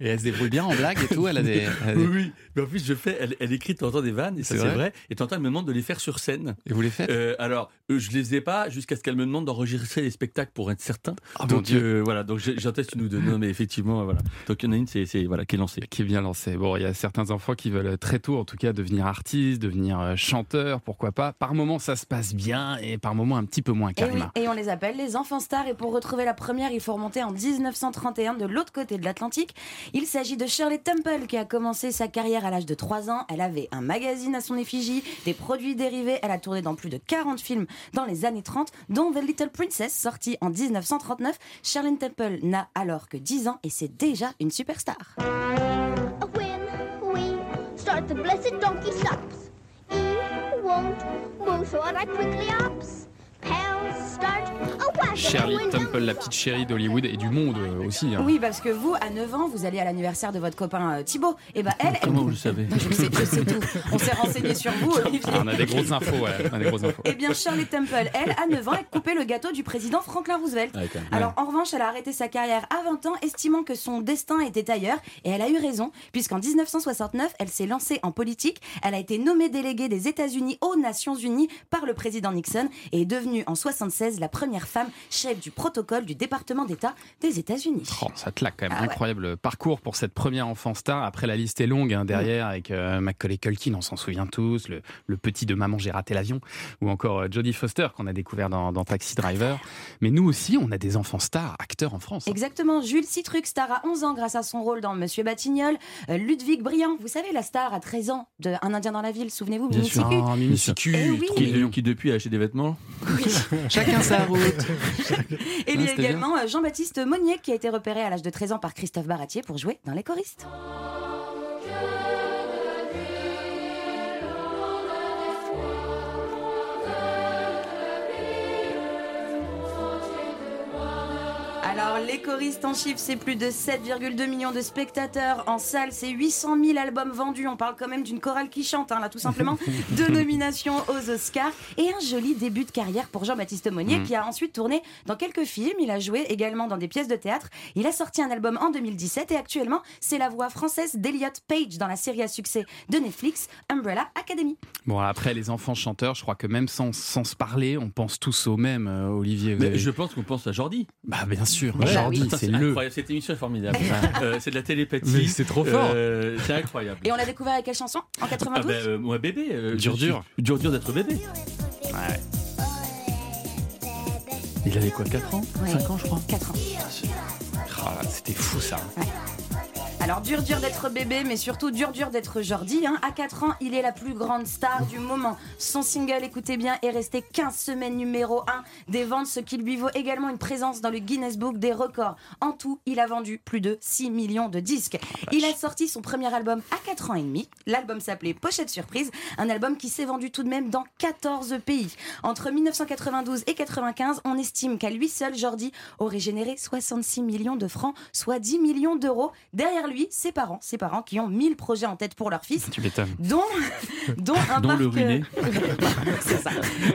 Speaker 3: Et elle se débrouille bien en blague et tout. Elle a des. elle a des-
Speaker 4: oui, oui. mais en plus je fais elle, elle écrit t'entends des vannes et ça
Speaker 3: C'est
Speaker 4: c'est vrai.
Speaker 3: vrai
Speaker 4: et t'entends elle me demande de les faire sur scène
Speaker 3: Et vous les faites
Speaker 4: Euh, alors, euh, je les ai pas jusqu'à ce qu'elle me demande d'enregistrer les spectacles pour être certain.
Speaker 3: Ah, mon
Speaker 4: donc
Speaker 3: Dieu.
Speaker 4: euh, voilà, donc j'ai- j'en teste une ou deux. Non, mais effectivement, voilà. Donc il y en a une, c'est c'est- voilà, qui est lancée.
Speaker 3: qui est bien lancé. Bon, il y a certains enfants qui veulent très tôt, en tout cas, devenir artistes, devenir euh, chanteurs, pourquoi pas. Par moments, ça se passe bien et par moments, un petit peu moins,
Speaker 5: Et, oui,
Speaker 3: Karima.
Speaker 5: et on les appelle les enfants stars. Et pour retrouver la première, il faut remonter en 1931 de l'autre côté de l'Atlantique. Il s'agit de Shirley Temple qui a commencé sa carrière à l'âge de 3 ans. Elle avait un magazine à son effigie, des produits dérivés. Elle a tourné dans plus de 40 films dans les années 30, dont The Little Princess, sorti en 1939. Shirley Temple n'a alors que 10 ans et c'est déjà une superstar.
Speaker 11: When we start the blessed donkey stops, he won't move, so I quickly ups. Pals start a wagon.
Speaker 3: Shirley
Speaker 11: When
Speaker 3: Temple, la petite chérie d'Hollywood et du monde euh, aussi. hein.
Speaker 5: Oui, parce que vous, à 9 ans, vous allez à l'anniversaire de votre copain euh, Thibaut. Et ben elle,
Speaker 4: Comment vous le savez
Speaker 5: je le sais, je sais tout. On s'est renseigné sur vous, Olivier.
Speaker 3: Ah, on a des grosses infos, ouais, on a des
Speaker 5: [laughs]
Speaker 3: grosses infos.
Speaker 5: Eh bien, Shirley Temple, elle, à 9 ans, elle coupait le gâteau du président Franklin Roosevelt.
Speaker 4: Ah, Ouais, quand même.
Speaker 5: Alors, en revanche, elle a arrêté sa carrière à 20 ans, estimant que son destin était ailleurs. Et elle a eu raison, puisqu'en 1969, elle s'est lancée en politique. Elle a été nommée déléguée des États-Unis aux Nations Unies par le président Nixon et est devenue en 76 la première femme chef du protocole du département d'État des États-Unis.
Speaker 3: Oh, ça te laque quand même.
Speaker 5: Ah ouais.
Speaker 3: Incroyable parcours pour cette première enfant star. Après, la liste est longue hein, derrière avec euh, Macaulay Culkin, on s'en souvient tous, le, le petit de Maman, j'ai raté l'avion, ou encore euh, Jodie Foster qu'on a découvert dans, dans Taxi Driver. Mais nous aussi, on a des enfants stars, acteurs en France. hein.
Speaker 5: Exactement, Jules Citruc, star à 11 ans grâce à son rôle dans Monsieur Batignolles, Euh, Ludwig Briand, vous savez la star à 13 ans de Un Indien dans la ville, souvenez-vous,
Speaker 4: Bien
Speaker 5: Mimi
Speaker 4: sûr.
Speaker 5: Siku.
Speaker 3: Ah, Mimi Siku,
Speaker 5: [laughs] Eh oui.
Speaker 3: trop
Speaker 4: qui,
Speaker 3: mignon.
Speaker 4: qui, depuis a acheté des vêtements.
Speaker 3: Chacun sa route.
Speaker 5: Et il y
Speaker 3: Ah,
Speaker 5: a
Speaker 3: c'était
Speaker 5: également euh, Jean-Baptiste Monnier qui a été repéré à l'âge de 13 ans par Christophe Baratier pour jouer dans Les Choristes. Alors, les choristes en chiffres, c'est plus de 7,2 millions de spectateurs. En salle, c'est 800 000 albums vendus. On parle quand même d'une chorale qui chante, hein, là, tout simplement. Deux nominations aux Oscars et un joli début de carrière pour Jean-Baptiste Monnier, qui a ensuite tourné dans quelques films. Il a joué également dans des pièces de théâtre. Il a sorti un album en 2017 et actuellement, c'est la voix française d'Eliot Page dans la série à succès de Netflix, Umbrella Academy.
Speaker 3: [laughs] Bon, après, les enfants chanteurs, je crois que même sans, sans se parler, on pense tous au même, euh, Olivier. vous
Speaker 4: Mais
Speaker 3: avez-
Speaker 4: je pense qu'on pense à Jordi.
Speaker 3: Bah, bien sûr,
Speaker 5: Ouais.
Speaker 3: Jordi,
Speaker 4: Putain,
Speaker 3: c'est le.
Speaker 4: incroyable. Cette émission
Speaker 5: [laughs]
Speaker 4: est formidable. Euh, c'est de la télépathie.
Speaker 3: Mais c'est trop fort.
Speaker 4: Euh, c'est incroyable.
Speaker 5: Et on l'a découvert avec quelle chanson En
Speaker 4: Ah
Speaker 5: 92
Speaker 4: ben euh, moi bébé. euh,
Speaker 3: Dur,
Speaker 4: je suis-
Speaker 3: dur.
Speaker 4: Dur dur d'être bébé. Il avait quoi 4 ans
Speaker 5: Ouais.
Speaker 4: 5 ans je crois.
Speaker 5: 4 ans.
Speaker 3: Ah, C'était fou, ça.
Speaker 5: Alors dur dur d'être bébé, mais surtout dur dur d'être Jordi. Hein. À 4 ans, il est la plus grande star du moment. Son single, écoutez bien, est resté 15 semaines numéro 1 des ventes, ce qui lui vaut également une présence dans le Guinness Book des records. En tout, il a vendu plus de 6 millions de disques. Il a sorti son premier album à 4 ans et demi. L'album s'appelait Pochette Surprise, un album qui s'est vendu tout de même dans 14 pays. Entre 1992 et 95, on estime qu'à lui seul, Jordi aurait généré 66 millions de francs, soit 10 millions d'euros. Derrière lui, lui, ses parents, ses parents qui ont mille projets en tête pour leur fils,
Speaker 3: Ah, Tu m'étonnes.
Speaker 5: dont, [laughs] dont un
Speaker 4: Dont
Speaker 5: parc,
Speaker 4: le ruiné.
Speaker 5: [laughs] C'est ça.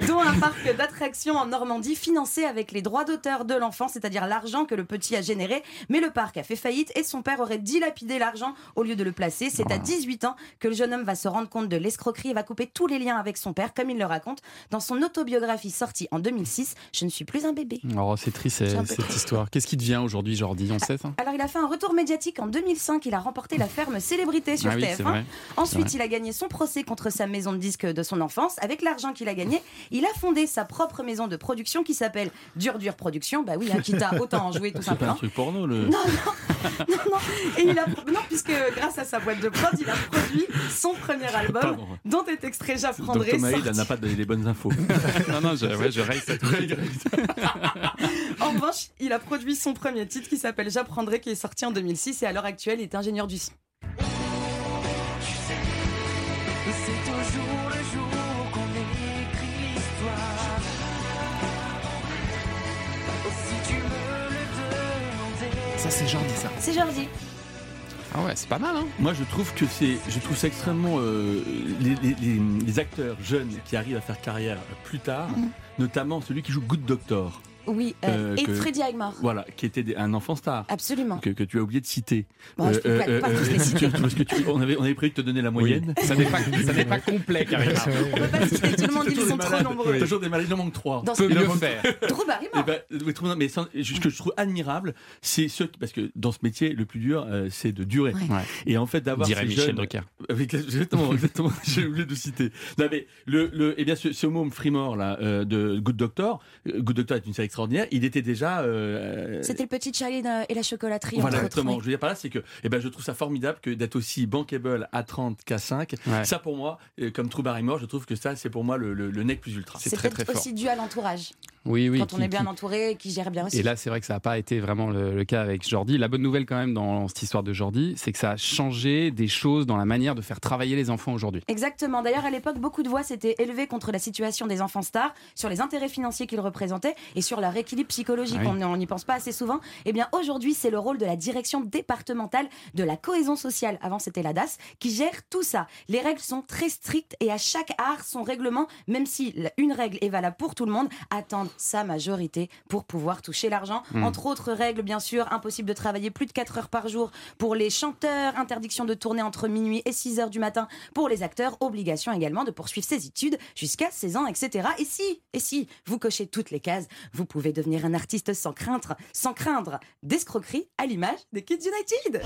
Speaker 5: dont un parc d'attractions en Normandie financé avec les droits d'auteur de l'enfant, c'est-à-dire l'argent que le petit a généré. Mais le parc a fait faillite et son père aurait dilapidé l'argent au lieu de le placer. C'est à 18 ans que le jeune homme va se rendre compte de l'escroquerie et va couper tous les liens avec son père, comme il le raconte dans son autobiographie sortie en 2006, Je ne suis plus un bébé.
Speaker 3: Oh, c'est triste
Speaker 5: C'est un
Speaker 3: euh,
Speaker 5: peu
Speaker 3: cette histoire. Qu'est-ce qui devient aujourd'hui, Jordi On sait ça
Speaker 5: Alors il a fait un retour médiatique en 2005, il a remporté la ferme Célébrité sur
Speaker 3: Ah oui, c'est
Speaker 5: TF1.
Speaker 3: vrai. [laughs]
Speaker 5: Ensuite,
Speaker 3: C'est
Speaker 5: il a gagné son procès contre sa maison de disques de son enfance. Avec l'argent qu'il a gagné, il a fondé sa propre maison de production qui s'appelle Dur Dur Production. Bah oui, hein, quitte
Speaker 3: [laughs]
Speaker 5: à autant en jouer tout
Speaker 4: C'est pas un
Speaker 5: simplement.
Speaker 4: truc porno, le.
Speaker 5: Non, non, et il a, non, puisque grâce à sa boîte de prod, il a produit son premier album,
Speaker 4: Pardon.
Speaker 5: dont est extrait
Speaker 4: Donc
Speaker 5: J'apprendrai.
Speaker 4: Thomas Hill
Speaker 5: sorti-
Speaker 4: n'a pas donné les bonnes infos.
Speaker 3: non, non, je, ouais, je raye ça tout de suite.
Speaker 5: En revanche, il a produit son premier titre qui s'appelle J'apprendrai, qui est sorti en 2006 et à l'heure actuelle, il est ingénieur du son.
Speaker 3: Ça, c'est Jordi, ça.
Speaker 5: C'est Jordi.
Speaker 3: Ah ouais, c'est pas mal, hein
Speaker 4: Moi, je trouve que c'est, je trouve ça extrêmement euh, les, les- les- les acteurs jeunes qui arrivent à faire carrière plus tard,
Speaker 5: Mm.
Speaker 4: notamment celui qui joue Good Doctor,
Speaker 5: Oui, euh,
Speaker 4: Euh,
Speaker 5: et
Speaker 4: que-
Speaker 5: Freddy Aymar.
Speaker 4: voilà, qui était des- un enfant star.
Speaker 5: Absolument.
Speaker 4: Que, que tu as oublié de citer.
Speaker 5: Ah. Bon, je peux
Speaker 4: Euh,
Speaker 5: pas-
Speaker 4: euh,
Speaker 5: pas tous
Speaker 4: euh,
Speaker 5: les citer.
Speaker 4: tu- parce que tu- on, avait, on avait prévu de te donner la moyenne.
Speaker 3: Ça n'est pas, ça n'est pas complet,
Speaker 5: [laughs]
Speaker 3: Karina.
Speaker 5: On peut pas citer tout le monde, ils
Speaker 4: Toujours
Speaker 5: sont
Speaker 4: des
Speaker 5: trop
Speaker 4: malades.
Speaker 5: nombreux.
Speaker 4: Toujours des malades, il en manque trois.
Speaker 5: Dans
Speaker 3: Peut
Speaker 4: Il en
Speaker 3: mieux
Speaker 4: manque
Speaker 3: faire.
Speaker 5: Drew
Speaker 4: Eh
Speaker 5: Barrymore.
Speaker 4: ben, oui, tout le monde, mais sans- ce que je trouve admirable, c'est ce parce que dans ce métier, le plus dur, euh, c'est de durer.
Speaker 5: Ouais.
Speaker 3: Ouais.
Speaker 4: Et en fait, d'avoir
Speaker 3: Dirait
Speaker 4: ces
Speaker 3: Michel
Speaker 4: jeunes,
Speaker 3: Drucker.
Speaker 4: Avec-
Speaker 3: [laughs]
Speaker 4: exactement, exactement, [laughs] j'ai oublié de le citer. Non mais le, le eh bien ce, ce môme Frimore là euh, de Good Doctor, euh, Good Doctor est une série extraordinaire. Il était déjà. euh,
Speaker 5: C'était le petit Charlie et la chocolaterie.
Speaker 4: Voilà,
Speaker 5: entre autres,
Speaker 4: exactement.
Speaker 5: oui.
Speaker 4: Je veux dire par là, c'est que, eh ben, je trouve ça formidable que d'être aussi bankable à 30 qu'à 5.
Speaker 3: Ouais.
Speaker 4: Ça, pour moi, euh, comme True Barrymore, je trouve que ça, c'est pour moi le, le, le nec plus ultra.
Speaker 5: C'est peut-être aussi dû à l'entourage.
Speaker 3: Oui, oui.
Speaker 5: Quand on
Speaker 3: qui-
Speaker 5: est bien
Speaker 3: qui-
Speaker 5: entouré et qui gère bien aussi.
Speaker 3: Et là, c'est vrai que ça n'a pas été vraiment le, le cas avec Jordi. La bonne nouvelle quand même dans cette histoire de Jordi, c'est que ça a changé des choses dans la manière de faire travailler les enfants aujourd'hui.
Speaker 5: Exactement. D'ailleurs, à l'époque, beaucoup de voix s'étaient élevées contre la situation des enfants stars, sur les intérêts financiers qu'ils représentaient et sur leur équilibre psychologique.
Speaker 3: Ah oui.
Speaker 5: On- On n'y pense pas assez souvent. Eh bien, aujourd'hui, c'est le rôle de la direction départementale de la cohésion sociale, avant c'était la DAS, qui gère tout ça. Les règles sont très strictes et à chaque art, son règlement, même si la- une règle est valable pour tout le monde, attendre sa majorité pour pouvoir toucher l'argent. Entre autres règles, bien sûr, impossible de travailler plus de 4 heures par jour pour les chanteurs, interdiction de tourner entre minuit et 6 heures du matin pour les acteurs, obligation également de poursuivre ses études jusqu'à 16 ans, etc. Et si, et si vous cochez toutes les cases, vous pouvez devenir un artiste sans craindre, sans craindre d'escroquerie à l'image des Kids United.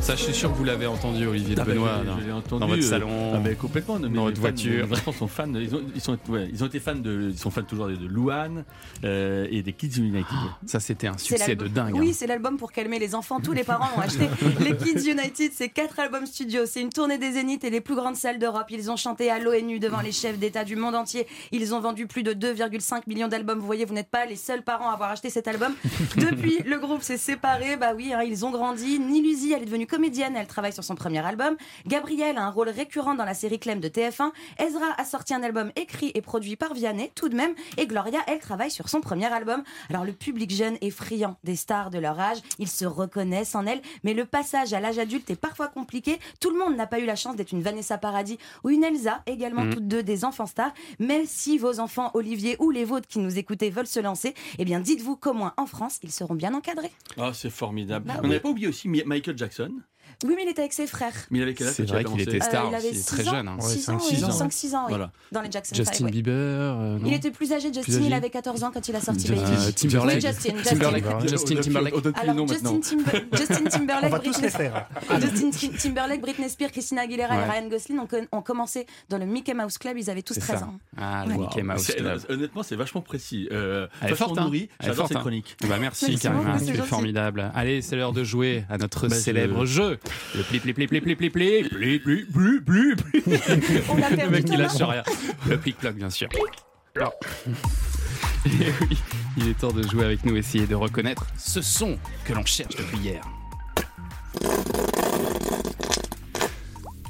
Speaker 3: Ça, je suis sûr que vous l'avez entendu, Olivier de
Speaker 4: Ah, bah,
Speaker 3: Benoît.
Speaker 4: je-
Speaker 3: dans-
Speaker 4: je l'ai entendu,
Speaker 3: dans votre
Speaker 4: euh,
Speaker 3: salon.
Speaker 4: Ah, bah, complètement. Dans
Speaker 3: votre voiture.
Speaker 4: Mes enfants sont fans. Ils ont, ils sont, ouais, ils ont été fans de, ils sont fans toujours de, de Luan euh, et des Kids United.
Speaker 3: Ça, c'était un
Speaker 5: C'est
Speaker 3: succès de
Speaker 5: l'album-
Speaker 3: dingue.
Speaker 5: Oui,
Speaker 3: hein.
Speaker 5: c'est l'album pour calmer les enfants. Tous les
Speaker 3: [laughs]
Speaker 5: parents ont acheté les Kids United. C'est quatre albums studio. C'est une tournée des Zéniths et les plus grandes salles d'Europe. Ils ont chanté à l'ONU devant les chefs d'État du monde entier. Ils ont vendu plus de 2,5 millions d'albums. Vous voyez, vous n'êtes pas les seuls parents à avoir acheté cet album. Depuis, le groupe s'est séparé. Bah oui, hein, ils ont grandi. Nilusi, elle est devenue comédienne. Elle travaille sur son premier album. Gabriel a un rôle récurrent dans la série Clem de TF1. Ezra a sorti un album écrit et produit par Vianney, tout de même. Et Gloria, elle travaille sur son premier album. Alors, le public jeune est friand des stars de leur âge. Ils se reconnaissent en elles. Mais le passage à l'âge adulte est parfois compliqué. Tout le monde n'a pas eu la chance d'être une Vanessa Paradis ou une Elsa, également toutes deux des enfants stars. Même si vos enfants, Olivier ou les vôtres qui nous écoutez, veulent se lancer, eh bien, dites-vous qu'au moins en France, ils seront bien encadrés.
Speaker 4: Ah, c'est formidable.
Speaker 5: Bah
Speaker 4: On n'a pas oublié aussi Mi- Michael Jackson.
Speaker 5: Oui, mais il était avec ses frères.
Speaker 4: Mais il avait quel âge
Speaker 3: C'est
Speaker 4: quand tu as
Speaker 3: vrai qu'il
Speaker 4: commencé
Speaker 3: était
Speaker 5: Euh,
Speaker 3: star
Speaker 5: il avait
Speaker 3: aussi,
Speaker 5: 6
Speaker 3: très
Speaker 5: ans.
Speaker 3: jeune. hein.
Speaker 5: 6 ans,
Speaker 4: six
Speaker 5: oui,
Speaker 4: ans.
Speaker 5: 5-6 ans, oui.
Speaker 4: Voilà.
Speaker 5: Dans les Jackson
Speaker 3: Justin
Speaker 5: Five, oui.
Speaker 3: Bieber. euh, non
Speaker 5: Il était plus âgé, Justin,
Speaker 3: âgé.
Speaker 5: il avait 14 ans quand il a sorti
Speaker 4: Justin.
Speaker 5: Baby.
Speaker 3: Euh,
Speaker 5: Oui,
Speaker 3: Timberlake.
Speaker 5: Justin, Justin.
Speaker 3: Timberlake. Justin
Speaker 4: On a-
Speaker 3: Timberlake.
Speaker 4: On donne plus les noms
Speaker 5: Alors,
Speaker 4: maintenant.
Speaker 5: Justin, Timber- Justin
Speaker 2: On
Speaker 12: [laughs]
Speaker 5: Timberlake,
Speaker 2: va tous
Speaker 5: Britney,
Speaker 2: les faire.
Speaker 5: Justin Tim- Timberlake, Britney Spears, Christina Aguilera
Speaker 3: Ouais.
Speaker 5: et Ryan Gosling ont, con- ont commencé dans le Mickey Mouse Club, ils avaient tous
Speaker 3: C'est
Speaker 5: 13
Speaker 3: ça. [laughs]
Speaker 5: ans.
Speaker 3: Ah, le
Speaker 5: Ouais.
Speaker 3: Mickey Mouse
Speaker 4: C'est-
Speaker 3: Club.
Speaker 4: Honnêtement, c'est vachement précis. Euh,
Speaker 3: Elle est
Speaker 4: vachement
Speaker 3: forte, hein.
Speaker 4: nourri.
Speaker 3: Elle est
Speaker 4: J'adore
Speaker 3: forte,
Speaker 4: cette
Speaker 3: hein.
Speaker 4: chronique.
Speaker 3: Bah, merci
Speaker 5: Merci
Speaker 3: Karima,
Speaker 5: beaucoup, c'est
Speaker 3: c'est
Speaker 5: gentil.
Speaker 3: formidable. Allez, c'est l'heure de jouer à notre
Speaker 4: Bah, je-
Speaker 3: célèbre jeu. Le pli pli pli pli pli pli pli pli pli pli pli pli.
Speaker 5: On l'a
Speaker 3: Le
Speaker 5: perdu.
Speaker 3: mec qui
Speaker 5: Thomas.
Speaker 3: lâche rien. Le plic-ploc, bien sûr. Alors. [laughs] Et oui, il est temps de jouer avec nous, essayer de reconnaître ce son que l'on cherche depuis hier.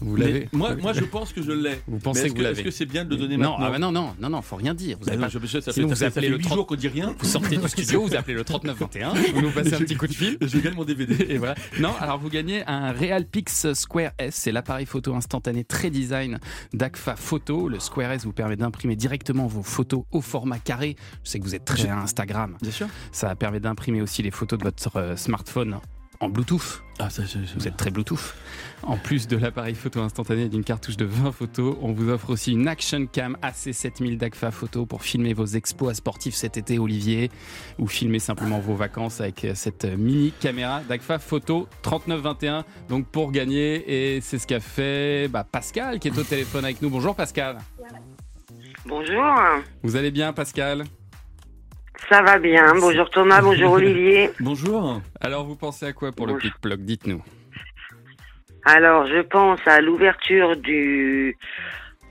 Speaker 3: Vous
Speaker 4: Mais
Speaker 3: l'avez
Speaker 4: Moi, moi, je pense que je l'ai.
Speaker 3: Vous pensez
Speaker 4: Mais est-ce
Speaker 3: que vous l'avez
Speaker 4: Est-ce que c'est bien de le donner
Speaker 3: Non,
Speaker 4: maintenant
Speaker 3: ah bah non, non, non, non, faut rien dire. Vous
Speaker 4: Bah
Speaker 3: avez
Speaker 4: non,
Speaker 3: pas-
Speaker 4: je sais, ça fait,
Speaker 3: Sinon,
Speaker 4: ça
Speaker 3: vous
Speaker 4: fait- ça
Speaker 3: appelez
Speaker 4: fait
Speaker 3: le
Speaker 4: huit
Speaker 3: 30
Speaker 4: jours qu'on dit rien. [laughs]
Speaker 3: Vous sortez du studio, vous appelez le 3921, vous nous passez un petit coup de fil.
Speaker 4: Je gagne mon DVD.
Speaker 3: Et voilà. Non, alors vous gagnez un Realpix Square S, c'est l'appareil photo instantané très design d'Agfa Photo. Le Square S vous permet d'imprimer directement vos photos au format carré. Je sais que vous êtes très à Instagram.
Speaker 4: Bien sûr.
Speaker 3: Ça permet d'imprimer aussi les photos de votre euh, smartphone en Bluetooth.
Speaker 4: Ah, ça, ça, ça-
Speaker 3: Vous êtes très Bluetooth. En plus de l'appareil photo instantané et d'une cartouche de 20 photos, on vous offre aussi une Action Cam AC7000 d'Agfa Photo pour filmer vos exploits sportifs cet été, Olivier, ou filmer simplement vos vacances avec euh, cette mini caméra d'Agfa Photo 3921. Donc pour gagner, et c'est ce qu'a fait bah, Pascal qui est au téléphone avec nous. Bonjour Pascal.
Speaker 10: Bonjour,
Speaker 3: Vous allez bien Pascal
Speaker 10: ça va bien. Bonjour Thomas, bonjour Olivier.
Speaker 4: Bonjour.
Speaker 3: Alors vous pensez à quoi pour le pic-ploc Dites-nous.
Speaker 10: Alors, je pense à l'ouverture du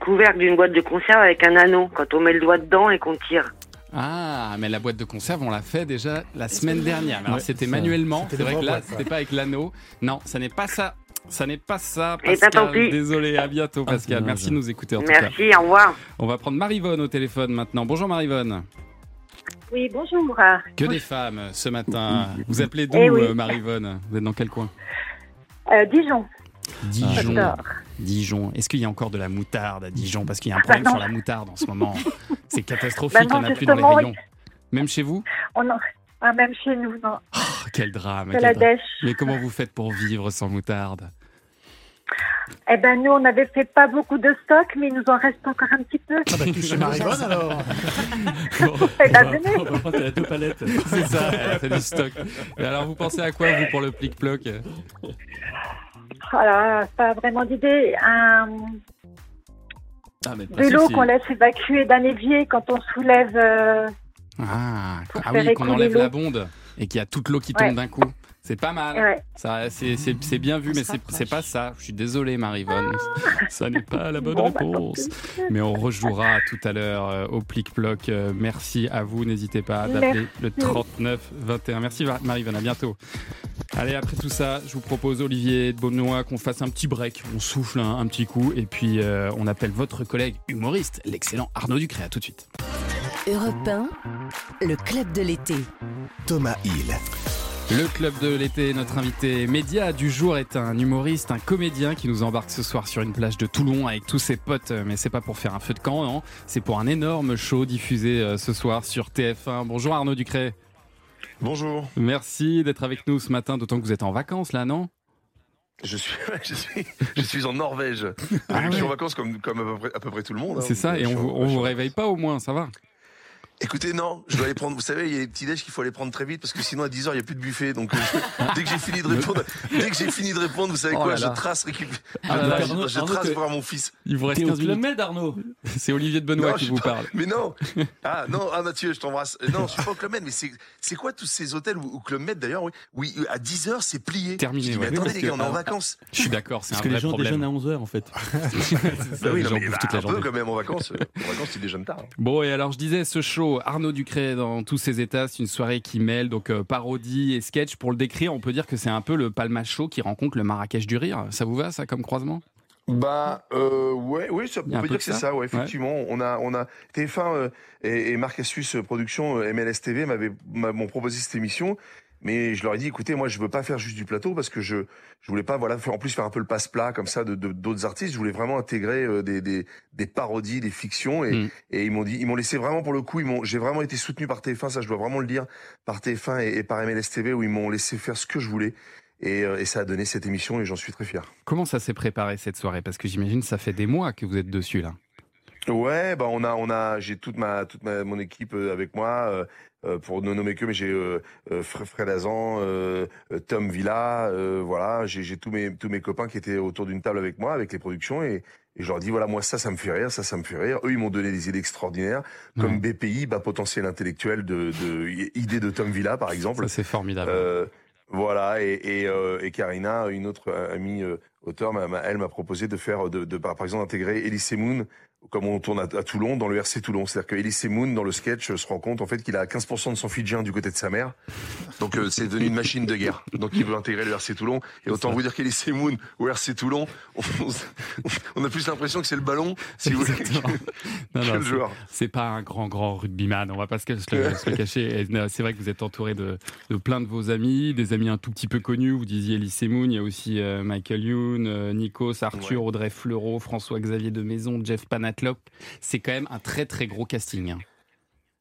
Speaker 10: couvercle d'une boîte de conserve avec un anneau, quand on met le doigt dedans et qu'on tire.
Speaker 3: Ah, mais la boîte de conserve, on l'a fait déjà la semaine dernière. Mais Alors
Speaker 4: Ouais,
Speaker 3: c'était
Speaker 4: ça-
Speaker 3: manuellement,
Speaker 2: c'était
Speaker 3: c'est vrai
Speaker 2: des
Speaker 3: que là,
Speaker 2: boîtes,
Speaker 3: c'était pas avec l'anneau. Non, ça n'est pas ça. Ça n'est pas ça,
Speaker 10: Eh ben,
Speaker 3: Pascal.
Speaker 10: tant pis.
Speaker 3: Désolé, à bientôt, Pascal.
Speaker 4: dommage.
Speaker 3: Merci de nous écouter en tout cas.
Speaker 10: Merci, au revoir.
Speaker 3: On va prendre Marivonne au téléphone maintenant. Bonjour Marivonne.
Speaker 13: Oui, bonjour.
Speaker 3: Que des femmes ce matin. Vous appelez d'où,
Speaker 13: Eh oui.
Speaker 3: euh, Marivonne Vous êtes dans quel coin
Speaker 13: Euh, Dijon.
Speaker 3: Dijon.
Speaker 13: J'adore.
Speaker 3: Dijon. Est-ce qu'il y a encore de la moutarde à Dijon Parce qu'il y a un problème
Speaker 13: Ah, bah non.
Speaker 3: sur la moutarde en
Speaker 13: [laughs]
Speaker 3: ce moment. C'est catastrophique,
Speaker 13: Bah non,
Speaker 3: on n'a plus dans les
Speaker 13: justement, oui.
Speaker 3: rayons. Même chez vous
Speaker 13: On en- ah, même chez nous, non.
Speaker 3: Oh, Quel drame.
Speaker 13: C'est
Speaker 3: quel
Speaker 13: la
Speaker 3: drame.
Speaker 13: dèche.
Speaker 3: Mais comment vous faites pour vivre sans moutarde
Speaker 13: Eh ben, nous, on n'avait fait pas beaucoup de stock, mais il nous en reste encore un petit peu.
Speaker 2: Ah bah, tu chez Marivonne alors
Speaker 13: Eh
Speaker 3: Ah,
Speaker 5: Bah,
Speaker 13: ben,
Speaker 4: On
Speaker 13: venez.
Speaker 4: va- on va prendre la deux palettes.
Speaker 3: C'est ça, [laughs] elle a fait du stock. Mais alors, vous pensez à quoi, vous, pour le plic-ploc
Speaker 13: Alors, Ah, là, pas vraiment d'idée. Un
Speaker 4: Ah, mais le principe,
Speaker 13: vélo
Speaker 4: c'est-
Speaker 13: qu'on laisse évacuer d'un évier quand on soulève. euh,
Speaker 3: Ah,
Speaker 13: Pour
Speaker 3: ah
Speaker 13: faire
Speaker 3: oui, qu'on
Speaker 13: écouler
Speaker 3: enlève
Speaker 13: l'eau.
Speaker 3: la bonde et qu'il y a toute l'eau qui tombe
Speaker 13: Ouais.
Speaker 3: d'un coup. C'est pas mal.
Speaker 13: ouais.
Speaker 3: Ça, c'est, c'est- c'est bien vu,
Speaker 5: On
Speaker 3: mais
Speaker 5: se
Speaker 3: c'est,
Speaker 5: rapproche.
Speaker 3: c'est pas ça. Je suis désolé, Marivonne. Ça n'est pas la bonne
Speaker 13: Bon, bah, tant
Speaker 3: réponse. mais on rejouera tout à l'heure euh, au plic-ploc. Euh, merci à vous. N'hésitez pas d'appeler le 3921. Merci, Mar- Marivonne. À bientôt. Allez, après tout ça, je vous propose, Olivier de Beaunois, qu'on fasse un petit break. On souffle un, un petit coup et puis euh, on appelle votre collègue humoriste, l'excellent Arnaud Ducré. À tout de suite.
Speaker 1: Europe 1, le club de l'été.
Speaker 14: Thomas Hill.
Speaker 3: Le club de l'été, notre invité média du jour est un humoriste, un comédien qui nous embarque ce soir sur une plage de Toulon avec tous ses potes. Euh, Mais c'est pas pour faire un feu de camp, non. C'est pour un énorme show diffusé euh, ce soir sur TF1. Bonjour Arnaud Ducret.
Speaker 14: Bonjour.
Speaker 3: Merci d'être avec nous ce matin, d'autant que vous êtes en vacances là, non
Speaker 14: Je suis, [laughs] je suis, je suis en Norvège. je suis en vacances comme, comme à, peu près, à peu près tout le monde. hein.
Speaker 3: Ah C'est ça, et
Speaker 14: Je
Speaker 3: on
Speaker 14: suis en-
Speaker 3: vous, on vous réveille pas au moins, ça va
Speaker 14: Écoutez, non, je dois aller prendre. Vous savez, il y a les petits déj qu'il faut aller prendre très vite parce que sinon à 10h, il n'y a plus de buffet. Donc euh, [laughs] je- dès que j'ai fini de répondre, dès que j'ai fini de répondre, vous savez
Speaker 3: Oh
Speaker 14: quoi
Speaker 3: là
Speaker 14: Je
Speaker 3: là.
Speaker 14: trace, récup-
Speaker 3: Ah
Speaker 14: je
Speaker 3: là là,
Speaker 14: trace-
Speaker 4: Arnaud-
Speaker 14: je
Speaker 4: Arnaud,
Speaker 14: trace
Speaker 4: t'es-
Speaker 14: voir mon fils.
Speaker 3: Il vous reste
Speaker 4: T'es au
Speaker 3: 15
Speaker 4: Club
Speaker 3: minutes.
Speaker 4: Med, Arnaud.
Speaker 3: C'est Olivier de Benoît
Speaker 14: Non,
Speaker 3: qui
Speaker 14: je
Speaker 3: vous
Speaker 14: suis pas-
Speaker 3: parle.
Speaker 14: Mais
Speaker 4: [laughs]
Speaker 14: non Ah non, ah Mathieu, je t'embrasse. Euh, Non, je suis pas au Club Med, mais c'est c'est quoi tous ces hôtels ou ou Club Med d'ailleurs oui, Oui, euh, à 10h, c'est plié. Je
Speaker 3: Terminé,
Speaker 14: dis,
Speaker 3: ouais.
Speaker 14: Mais
Speaker 3: Oui,
Speaker 14: attendez,
Speaker 3: parce
Speaker 14: les gars,
Speaker 3: que-
Speaker 14: on est en
Speaker 3: ah,
Speaker 14: vacances.
Speaker 3: Je suis d'accord, c'est un
Speaker 4: Parce que les
Speaker 3: vrai
Speaker 4: gens déjeunent
Speaker 3: problème.
Speaker 4: à 11h, en fait.
Speaker 3: [laughs] C'est ça,
Speaker 14: Bah oui,
Speaker 3: les
Speaker 14: non,
Speaker 3: gens
Speaker 14: mais,
Speaker 3: bouffent
Speaker 14: bah,
Speaker 3: toute la
Speaker 14: un
Speaker 3: journée.
Speaker 14: peu quand même en vacances. euh, En vacances, tu déjeunes tard.
Speaker 3: Bon, et alors je disais, ce show Arnaud Ducré dans tous ses états, c'est une soirée qui mêle donc euh, parodie et sketch. Pour le décrire, on peut dire que c'est un peu le Palma Show qui rencontre le Marrakech du rire. Ça vous va, ça, comme croisement
Speaker 14: Bah euh, ouais, oui, ça, on
Speaker 3: Il y a un
Speaker 14: peut
Speaker 3: peu
Speaker 14: dire
Speaker 3: de
Speaker 14: que c'est
Speaker 3: ça.
Speaker 14: ça. ouais, effectivement, on a, on a TF1 euh, et, et Marcassus Productions euh, MLS TV m'avaient- m'a- m'ont proposé cette émission, mais je leur ai dit, écoutez, moi, je veux pas faire juste du plateau parce que je, je voulais pas, voilà, faire- en plus faire un peu le passe-plat comme ça de de- d'autres artistes. Je voulais vraiment intégrer euh, des, des, des parodies, des fictions, et,
Speaker 3: Mm.
Speaker 14: et ils m'ont dit, ils m'ont laissé vraiment pour le coup, ils m'ont, j'ai vraiment été soutenu par TF1, ça, je dois vraiment le dire, par TF1 et, et par MLS TV où ils m'ont laissé faire ce que je voulais, et, euh, et ça a donné cette émission et j'en suis très fier.
Speaker 3: Comment ça s'est préparé cette soirée Parce que j'imagine ça fait des mois que vous êtes dessus là.
Speaker 14: Ouais, bah on a, on a, j'ai toute ma, toute ma, mon équipe euh, avec moi. euh, euh, pour ne nommer que, mais j'ai euh, euh, Fr- Fred Azan, euh, euh, Tom Villa, euh, voilà, j'ai j'ai tous mes tous mes copains qui étaient autour d'une table avec moi, avec les productions, et, et je leur dis voilà moi ça ça me fait rire, ça ça me fait rire. Eux ils m'ont donné des idées extraordinaires, comme BPI, bah potentiel intellectuel de, de i- idée de Tom Villa par exemple.
Speaker 3: Ça, c'est formidable.
Speaker 14: Euh, voilà, et, et, euh, et Karina, une autre euh, amie euh, auteur, m'a- m'a- elle m'a proposé de faire, de, de- par par exemple, d'intégrer Elise Moon, comme on tourne à, à Toulon, dans le RC Toulon. C'est-à-dire que Elise Moon, dans le sketch, euh, se rend compte en fait qu'il a 15% de sang fidjien du côté de sa mère. Donc euh, c'est devenu une machine de guerre. Donc il veut intégrer le RC Toulon. Et autant vous dire qu'Elise Moon ou RC Toulon, on, on a plus l'impression que c'est le ballon, si
Speaker 3: [laughs]
Speaker 14: vous voulez.
Speaker 3: Non, non,
Speaker 14: Quel
Speaker 3: c'est-
Speaker 14: joueur.
Speaker 3: C'est pas un grand, grand rugbyman, on va pas se, se
Speaker 14: [laughs]
Speaker 3: le, se le cacher. Et, non, C'est vrai que vous êtes entouré de, de plein de vos amis, des amis un tout petit peu connus. Vous disiez Elise Moon, il y a aussi euh, Michael Youn, euh, Nikos, Arthur, Audrey Fleurot, François-Xavier de Maison, Jeff Panatlock. C'est quand même un très, très gros casting. hein.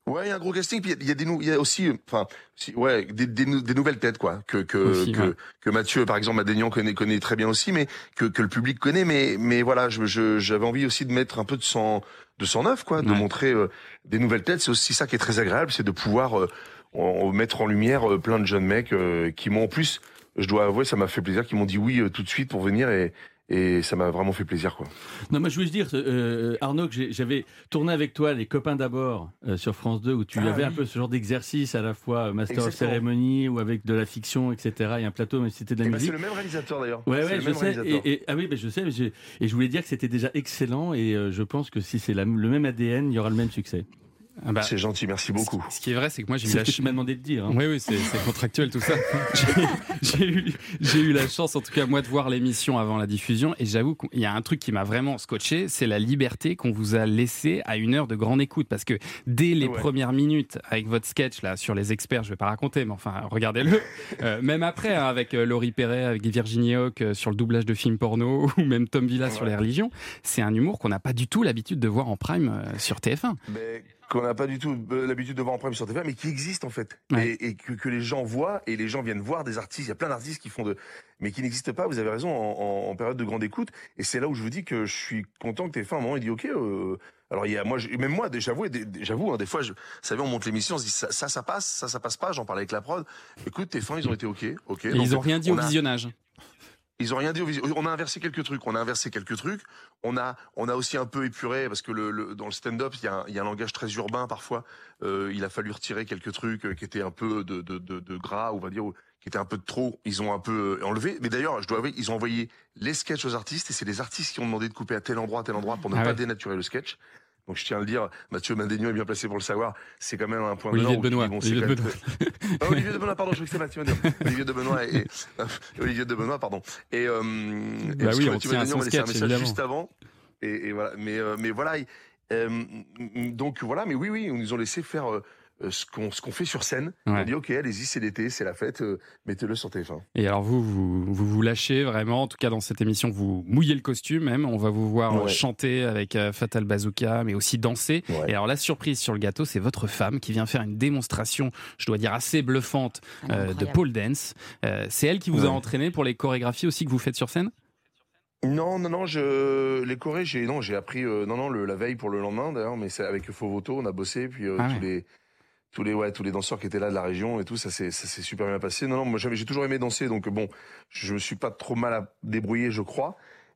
Speaker 14: Ouais, il y a un gros casting. Puis il y a- il y, a des nou- il y a aussi, euh, enfin, si- ouais, des, des nou- des nouvelles têtes quoi, que que
Speaker 3: Aussi,
Speaker 14: que,
Speaker 3: ouais.
Speaker 14: que Mathieu par exemple, Adénian connaît connaît très bien aussi, mais que que le public connaît. Mais mais voilà, je je- j'avais envie aussi de mettre un peu de sang de sang neuf quoi, de montrer euh, des nouvelles têtes. C'est aussi ça qui est très agréable, c'est de pouvoir euh, en- en mettre en lumière euh, plein de jeunes mecs euh, qui m'ont en plus. Je dois avouer, ça m'a fait plaisir, qui m'ont dit oui euh, tout de suite pour venir et et ça m'a vraiment fait plaisir quoi.
Speaker 4: Non, mais je voulais dire, euh, Arnaud, que j'ai- j'avais tourné avec toi les copains d'abord euh, sur France 2, où tu
Speaker 14: Ah
Speaker 4: avais un
Speaker 14: oui.
Speaker 4: peu ce genre d'exercice à la fois euh, master of
Speaker 14: Exactement.
Speaker 4: ceremony ou avec de la fiction, etc. Et un plateau, mais c'était de la
Speaker 14: Eh ben,
Speaker 4: musique.
Speaker 14: c'est le même réalisateur d'ailleurs.
Speaker 4: Ouais,
Speaker 14: C'est
Speaker 4: ouais,
Speaker 14: le
Speaker 4: je
Speaker 14: même
Speaker 4: sais.
Speaker 14: réalisateur.
Speaker 4: Et, et- ah oui, ben je sais. mais j'ai- et je voulais dire que c'était déjà excellent. Et euh, je pense que si c'est la- le même ADN, il y aura le même succès.
Speaker 14: c'est gentil, merci beaucoup.
Speaker 3: Bah, Ce qui est vrai, c'est que moi
Speaker 14: [laughs]
Speaker 3: j'ai eu
Speaker 4: C'est
Speaker 3: la
Speaker 4: ce que tu
Speaker 3: ch-
Speaker 4: m'as demandé de dire. hein.
Speaker 3: [laughs] Oui, oui, c'est c'est contractuel tout ça. J'ai- J'ai eu, j'ai eu la chance, en tout cas moi, de voir l'émission avant la diffusion. Et j'avoue qu'il y a un truc qui m'a vraiment scotché, c'est la liberté qu'on vous a laissée à une heure de grande écoute. Parce que dès les
Speaker 14: Ouais.
Speaker 3: premières minutes, avec votre sketch là sur les experts, je vais pas raconter, mais enfin,
Speaker 14: [laughs]
Speaker 3: regardez-le. Euh, même après, hein, avec euh, Laurie Perret, avec Virginie Hoc euh, sur le doublage de films porno, [laughs] ou même Tom Villa sur les religions, c'est un humour qu'on n'a pas du tout l'habitude de voir en prime euh, sur TF1.
Speaker 14: mais qu'on n'a pas du tout euh, l'habitude de voir en prime sur TV, mais qui existe en fait, et, et que, que les gens voient et les gens viennent voir des artistes. Il y a plein d'artistes qui font de, mais qui n'existent pas. Vous avez raison en, en- en période de grande écoute, et c'est là où je vous dis que je suis content que TF1 à un moment il dit ok. euh, alors il y a moi, j'ai- même moi, des- j'avoue, des- des- j'avoue, hein, des fois, je, vous savez, on monte l'émission, on se dit ça, ça, ça passe, ça, ça passe pas. J'en parlais avec la prod. Écoute, TF1, ils ont été ok, ok.
Speaker 3: Et
Speaker 14: Donc,
Speaker 3: ils ont rien dit
Speaker 14: on
Speaker 3: au
Speaker 14: a-
Speaker 3: visionnage.
Speaker 14: ils ont rien dit. au visio- On a inversé quelques trucs. On a inversé quelques trucs. On a, on a aussi un peu épuré parce que le, le- dans le stand-up, il y, a un- il y a un langage très urbain parfois. Euh, il a fallu retirer quelques trucs euh, qui étaient un peu de, de, de, de gras, on va dire, ou qui étaient un peu de trop. Ils ont un peu euh, enlevé. Mais d'ailleurs, je dois avouer, ils ont envoyé les sketchs aux artistes et c'est les artistes qui ont demandé de couper à tel endroit, à tel endroit pour ne
Speaker 3: Ah
Speaker 14: pas
Speaker 3: ouais.
Speaker 14: dénaturer le sketch. Donc je tiens à le dire, Mathieu Mandénion est bien placé pour le savoir. C'est quand même un point
Speaker 3: Olivier
Speaker 14: de
Speaker 3: de Benoît, Olivier de Benoît.
Speaker 14: ah, Olivier de Benoît, pardon, je crois que c'est Mathieu Madénian.
Speaker 3: [laughs]
Speaker 14: Olivier de Benoît et, et- Olivier de Benoît, pardon. Et, euh, et
Speaker 3: Bah
Speaker 14: parce
Speaker 3: oui,
Speaker 14: que
Speaker 3: on
Speaker 14: Mathieu
Speaker 3: tient à
Speaker 14: Madénian
Speaker 3: son
Speaker 14: m'a laissé un
Speaker 3: sketch,
Speaker 14: message
Speaker 3: évidemment.
Speaker 14: juste avant. Et, et voilà, mais, euh, mais voilà. et, euh, m- m- donc voilà, mais oui, oui, ils nous ont laissé faire euh, euh, ce qu'on ce qu'on fait sur scène. On a
Speaker 3: Ouais.
Speaker 14: dit, ok, allez-y, c'est l'été, c'est la fête, euh, mettez-le sur TF1.
Speaker 3: Et alors vous, vous vous, vous lâchez vraiment, en tout cas dans cette émission, vous mouillez le costume même, on va vous voir euh,
Speaker 14: Ouais.
Speaker 3: chanter avec euh, Fatal Bazooka, mais aussi danser. Et alors la surprise sur le gâteau, c'est votre femme qui vient faire une démonstration, je dois dire assez bluffante, euh, de pole dance. Euh, c'est elle qui vous a entraîné pour les chorégraphies aussi que vous faites sur scène
Speaker 14: Non, non, non, je les Corées, j'ai non, j'ai appris euh, non non le, la veille pour le lendemain d'ailleurs, mais c'est avec Fovoto, on a bossé puis euh,
Speaker 3: Ah
Speaker 14: tous les tous les ouais, tous les danseurs qui étaient là de la région et tout, ça s'est ça s'est super bien passé. Non non, moi j'avais- j'ai toujours aimé danser donc bon, je je me suis pas trop mal à débrouiller, je crois.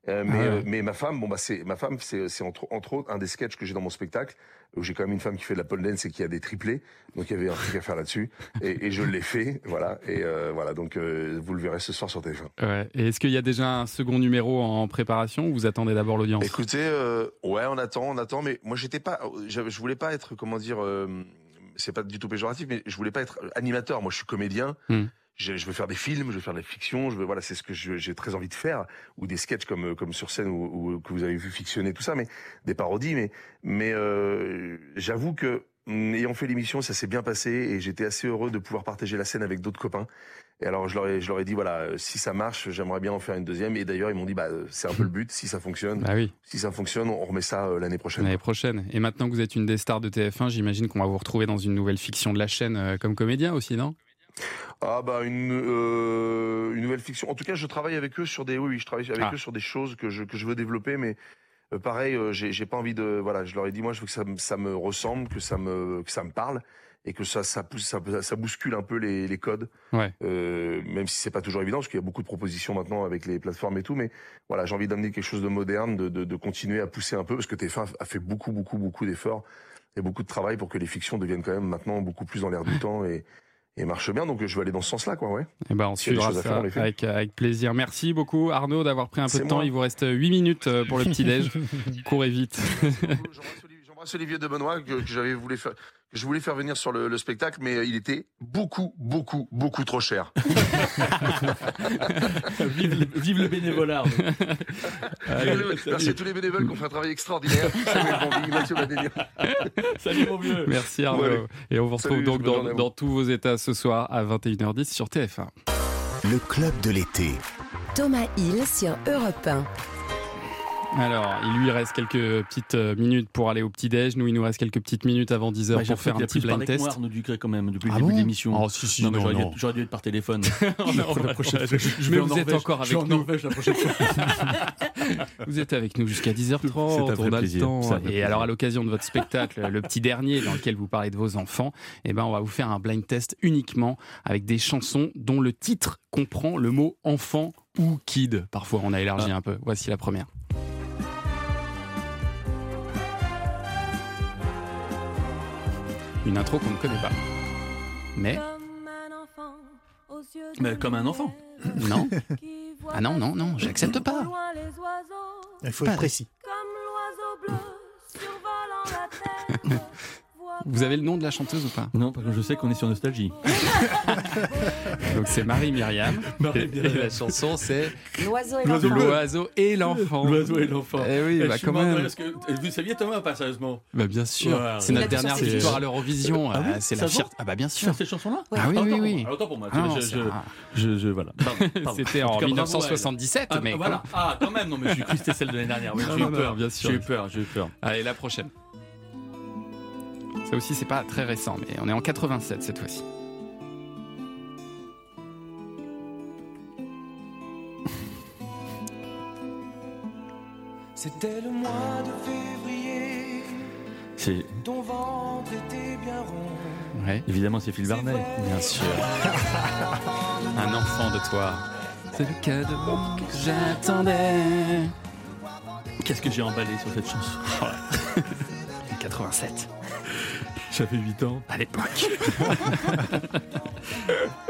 Speaker 14: Euh, mais,
Speaker 3: Ah ouais.
Speaker 14: euh, mais ma femme, bon bah c'est ma femme, c'est c'est entre, entre autres un des sketchs que j'ai dans mon spectacle où j'ai quand même une femme qui fait de la pole dance et qui a des triplés, donc il y avait un truc à faire là-dessus et, et je l'ai fait, voilà et euh, voilà donc euh, vous le verrez ce soir sur TF1.
Speaker 3: ouais. Et est-ce qu'il y a déjà un second numéro en préparation ou vous attendez d'abord l'audience
Speaker 14: Écoutez, euh, ouais, on attend, on attend, mais moi j'étais pas, j'avais- je voulais pas être, comment dire, euh, c'est pas du tout péjoratif, mais je voulais pas être animateur. Moi, je suis comédien.
Speaker 3: Hmm.
Speaker 14: Je, je veux faire des films, je veux faire de la fiction, je veux, voilà, c'est ce que je- j'ai très envie de faire, ou des sketchs comme euh, comme sur scène ou, ou que vous avez vu fictionner tout ça, mais des parodies, mais mais euh, j'avoue que hum, ayant fait l'émission, ça s'est bien passé et j'étais assez heureux de pouvoir partager la scène avec d'autres copains. Et alors je leur ai je leur ai dit voilà, euh, si ça marche, j'aimerais bien en faire une deuxième. Et d'ailleurs ils m'ont dit bah euh, c'est un peu le but, si ça fonctionne,
Speaker 3: Bah oui.
Speaker 14: si ça fonctionne, on remet ça euh, l'année prochaine.
Speaker 3: L'année prochaine. Et maintenant que vous êtes une des stars de TF1, j'imagine qu'on va vous retrouver dans une nouvelle fiction de la chaîne euh, comme comédien aussi, non
Speaker 14: Ah bah une, euh, une nouvelle fiction. En tout cas, je travaille avec eux sur des oui, oui, je travaille avec
Speaker 3: Ah.
Speaker 14: eux sur des choses que je que je veux développer, mais euh, pareil, euh, j'ai j'ai pas envie de voilà, je leur ai dit moi, je veux que ça me- ça me ressemble, que ça me que ça me parle et que ça ça pousse ça, ça bouscule un peu les les codes.
Speaker 3: Ouais.
Speaker 14: Euh, même si c'est pas toujours évident, parce qu'il y a beaucoup de propositions maintenant avec les plateformes et tout, mais voilà, j'ai envie d'amener quelque chose de moderne, de, de, de continuer à pousser un peu, parce que TF1 a fait beaucoup,
Speaker 3: [laughs]
Speaker 14: beaucoup, beaucoup d'efforts et beaucoup de travail pour que les fictions deviennent quand même maintenant beaucoup plus dans l'air du temps et, et marche bien. Donc, euh, je vais aller dans ce sens-là, quoi, ouais.
Speaker 3: Eh ben, on
Speaker 14: S'il y a des
Speaker 3: suivra
Speaker 14: choses à
Speaker 3: ça
Speaker 14: faire, on les fait.
Speaker 3: avec, avec plaisir. Merci beaucoup Arnaud d'avoir pris un peu
Speaker 14: C'est
Speaker 3: de temps.
Speaker 14: moi.
Speaker 3: Il vous reste 8 minutes euh, pour le
Speaker 4: [laughs]
Speaker 3: petit-déj. Courez vite. [laughs]
Speaker 14: J'embrasse Olivier de Benoît que, que j'avais voulu faire. que Je voulais faire venir sur le, le spectacle, mais euh, il était beaucoup, beaucoup, beaucoup trop cher.
Speaker 3: Ah,
Speaker 4: vive, le, vive le bénévolat. Arnaud. [laughs] Allez,
Speaker 14: Merci à
Speaker 4: salut.
Speaker 14: tous les bénévoles qui ont fait un travail extraordinaire. Samuel Bonville, Mathieu Madénier.
Speaker 4: Salut mon vieux.
Speaker 3: Merci Arnaud.
Speaker 14: Ouais.
Speaker 3: Et on vous retrouve
Speaker 14: Salut,
Speaker 3: donc
Speaker 14: bonne
Speaker 3: dans,
Speaker 14: journée à vous.
Speaker 3: dans tous vos états ce soir à 21h10 sur TF1.
Speaker 1: Le club de l'été. Thomas Hill sur Europe 1.
Speaker 3: Alors, il lui reste quelques petites euh, minutes pour aller au petit-déj. Nous, il nous reste quelques petites minutes avant 10h
Speaker 4: Ouais, j'ai
Speaker 3: pour faire
Speaker 4: appris
Speaker 3: un petit
Speaker 4: qu'il a plus
Speaker 3: blind
Speaker 4: parlé que
Speaker 3: test.
Speaker 4: moi, Arnaud Ducret, quand même, depuis
Speaker 3: Ah
Speaker 4: le début
Speaker 3: bon
Speaker 4: de l'émission.
Speaker 3: Oh, si, si, non,
Speaker 4: j'aurais,
Speaker 3: non.
Speaker 4: Dû, j'aurais dû être par [laughs] téléphone.
Speaker 3: non,
Speaker 4: la prochaine
Speaker 3: ouais.
Speaker 4: fois, je,
Speaker 3: Mais
Speaker 4: vais en
Speaker 3: vous êtes
Speaker 4: Norvège.
Speaker 3: encore
Speaker 4: Je vais
Speaker 3: avec
Speaker 4: en
Speaker 3: nous.
Speaker 4: Norvège la prochaine fois.
Speaker 3: Vous êtes avec nous jusqu'à 10h30,
Speaker 4: [laughs] C'est un
Speaker 3: on
Speaker 4: vrai
Speaker 3: a
Speaker 4: plaisir,
Speaker 3: le temps. hein.
Speaker 4: c'est un vrai
Speaker 3: Et
Speaker 4: plaisir.
Speaker 3: alors à l'occasion de votre spectacle, le petit dernier dans lequel vous parlez de vos enfants, eh ben on va vous faire un blind test uniquement avec des chansons dont le titre comprend le mot enfant ou kid. Parfois on a élargi
Speaker 4: Ah.
Speaker 3: un peu. Voici la première. Une intro qu'on ne connaît pas. Mais
Speaker 4: Mais comme un enfant.
Speaker 3: non. Ah non non non, j'accepte pas.
Speaker 2: Il faut être précis.
Speaker 3: Vous avez le nom de la chanteuse ou pas
Speaker 4: Non, parce que je sais qu'on est sur Nostalgie.
Speaker 3: Donc c'est Marie Myriam.
Speaker 4: Marie
Speaker 3: Et- et
Speaker 4: Myriam.
Speaker 3: la chanson c'est
Speaker 5: L'oiseau et
Speaker 4: L'oiseau bleu.
Speaker 3: L'oiseau et l'enfant.
Speaker 4: Oh, L'oiseau et l'enfant.
Speaker 3: Eh oui,
Speaker 4: Eh,
Speaker 3: bah
Speaker 4: je suis
Speaker 3: quand
Speaker 4: mort de
Speaker 3: même.
Speaker 4: rire, parce que- euh, vous le saviez Thomas, pas sérieusement
Speaker 3: Bah bien sûr,
Speaker 4: Ouais,
Speaker 3: c'est
Speaker 4: ouais.
Speaker 3: notre dernière
Speaker 4: C'est-
Speaker 3: victoire à l'Eurovision,
Speaker 4: Ah
Speaker 3: euh,
Speaker 4: oui,
Speaker 3: c'est
Speaker 4: ça
Speaker 3: la
Speaker 4: se
Speaker 3: fierté.
Speaker 4: vend
Speaker 3: Ah bah bien sûr.
Speaker 4: Sur ces chansons-là
Speaker 3: Ah oui,
Speaker 4: Autant
Speaker 3: oui,
Speaker 4: pour
Speaker 3: oui.
Speaker 4: moi, Autant pour moi.
Speaker 3: Ah non,
Speaker 4: je,
Speaker 3: c'est
Speaker 4: je-
Speaker 3: rare.
Speaker 4: je- je- voilà. Pardon, pardon. [laughs]
Speaker 3: C'était
Speaker 4: En
Speaker 3: en
Speaker 4: tout cas, bravo à elle.
Speaker 3: 1977,
Speaker 4: Ah,
Speaker 3: mais Ah,
Speaker 4: voilà. Ah, quand même, non, mais je suis cru que c'était celle de l'année dernière. Oui,
Speaker 3: Non,
Speaker 4: j'ai
Speaker 3: non,
Speaker 4: eu
Speaker 3: non,
Speaker 4: peur,
Speaker 3: bien sûr.
Speaker 4: J'ai eu peur, j'ai eu peur.
Speaker 3: bah, Allez, la prochaine. Ça aussi, c'est pas très récent, mais on est en 87 cette fois-ci.
Speaker 15: C'était le mois de février,
Speaker 4: C'est
Speaker 15: ton ventre était bien rond.
Speaker 4: évidemment c'est Phil Barnet.
Speaker 3: Bien sûr. [laughs] Un enfant de toi. C'est le cadeau que j'attendais.
Speaker 4: Qu'est-ce que j'ai emballé sur cette chanson
Speaker 3: Ah 87.
Speaker 4: J'avais 8 ans.
Speaker 3: À l'époque. [laughs]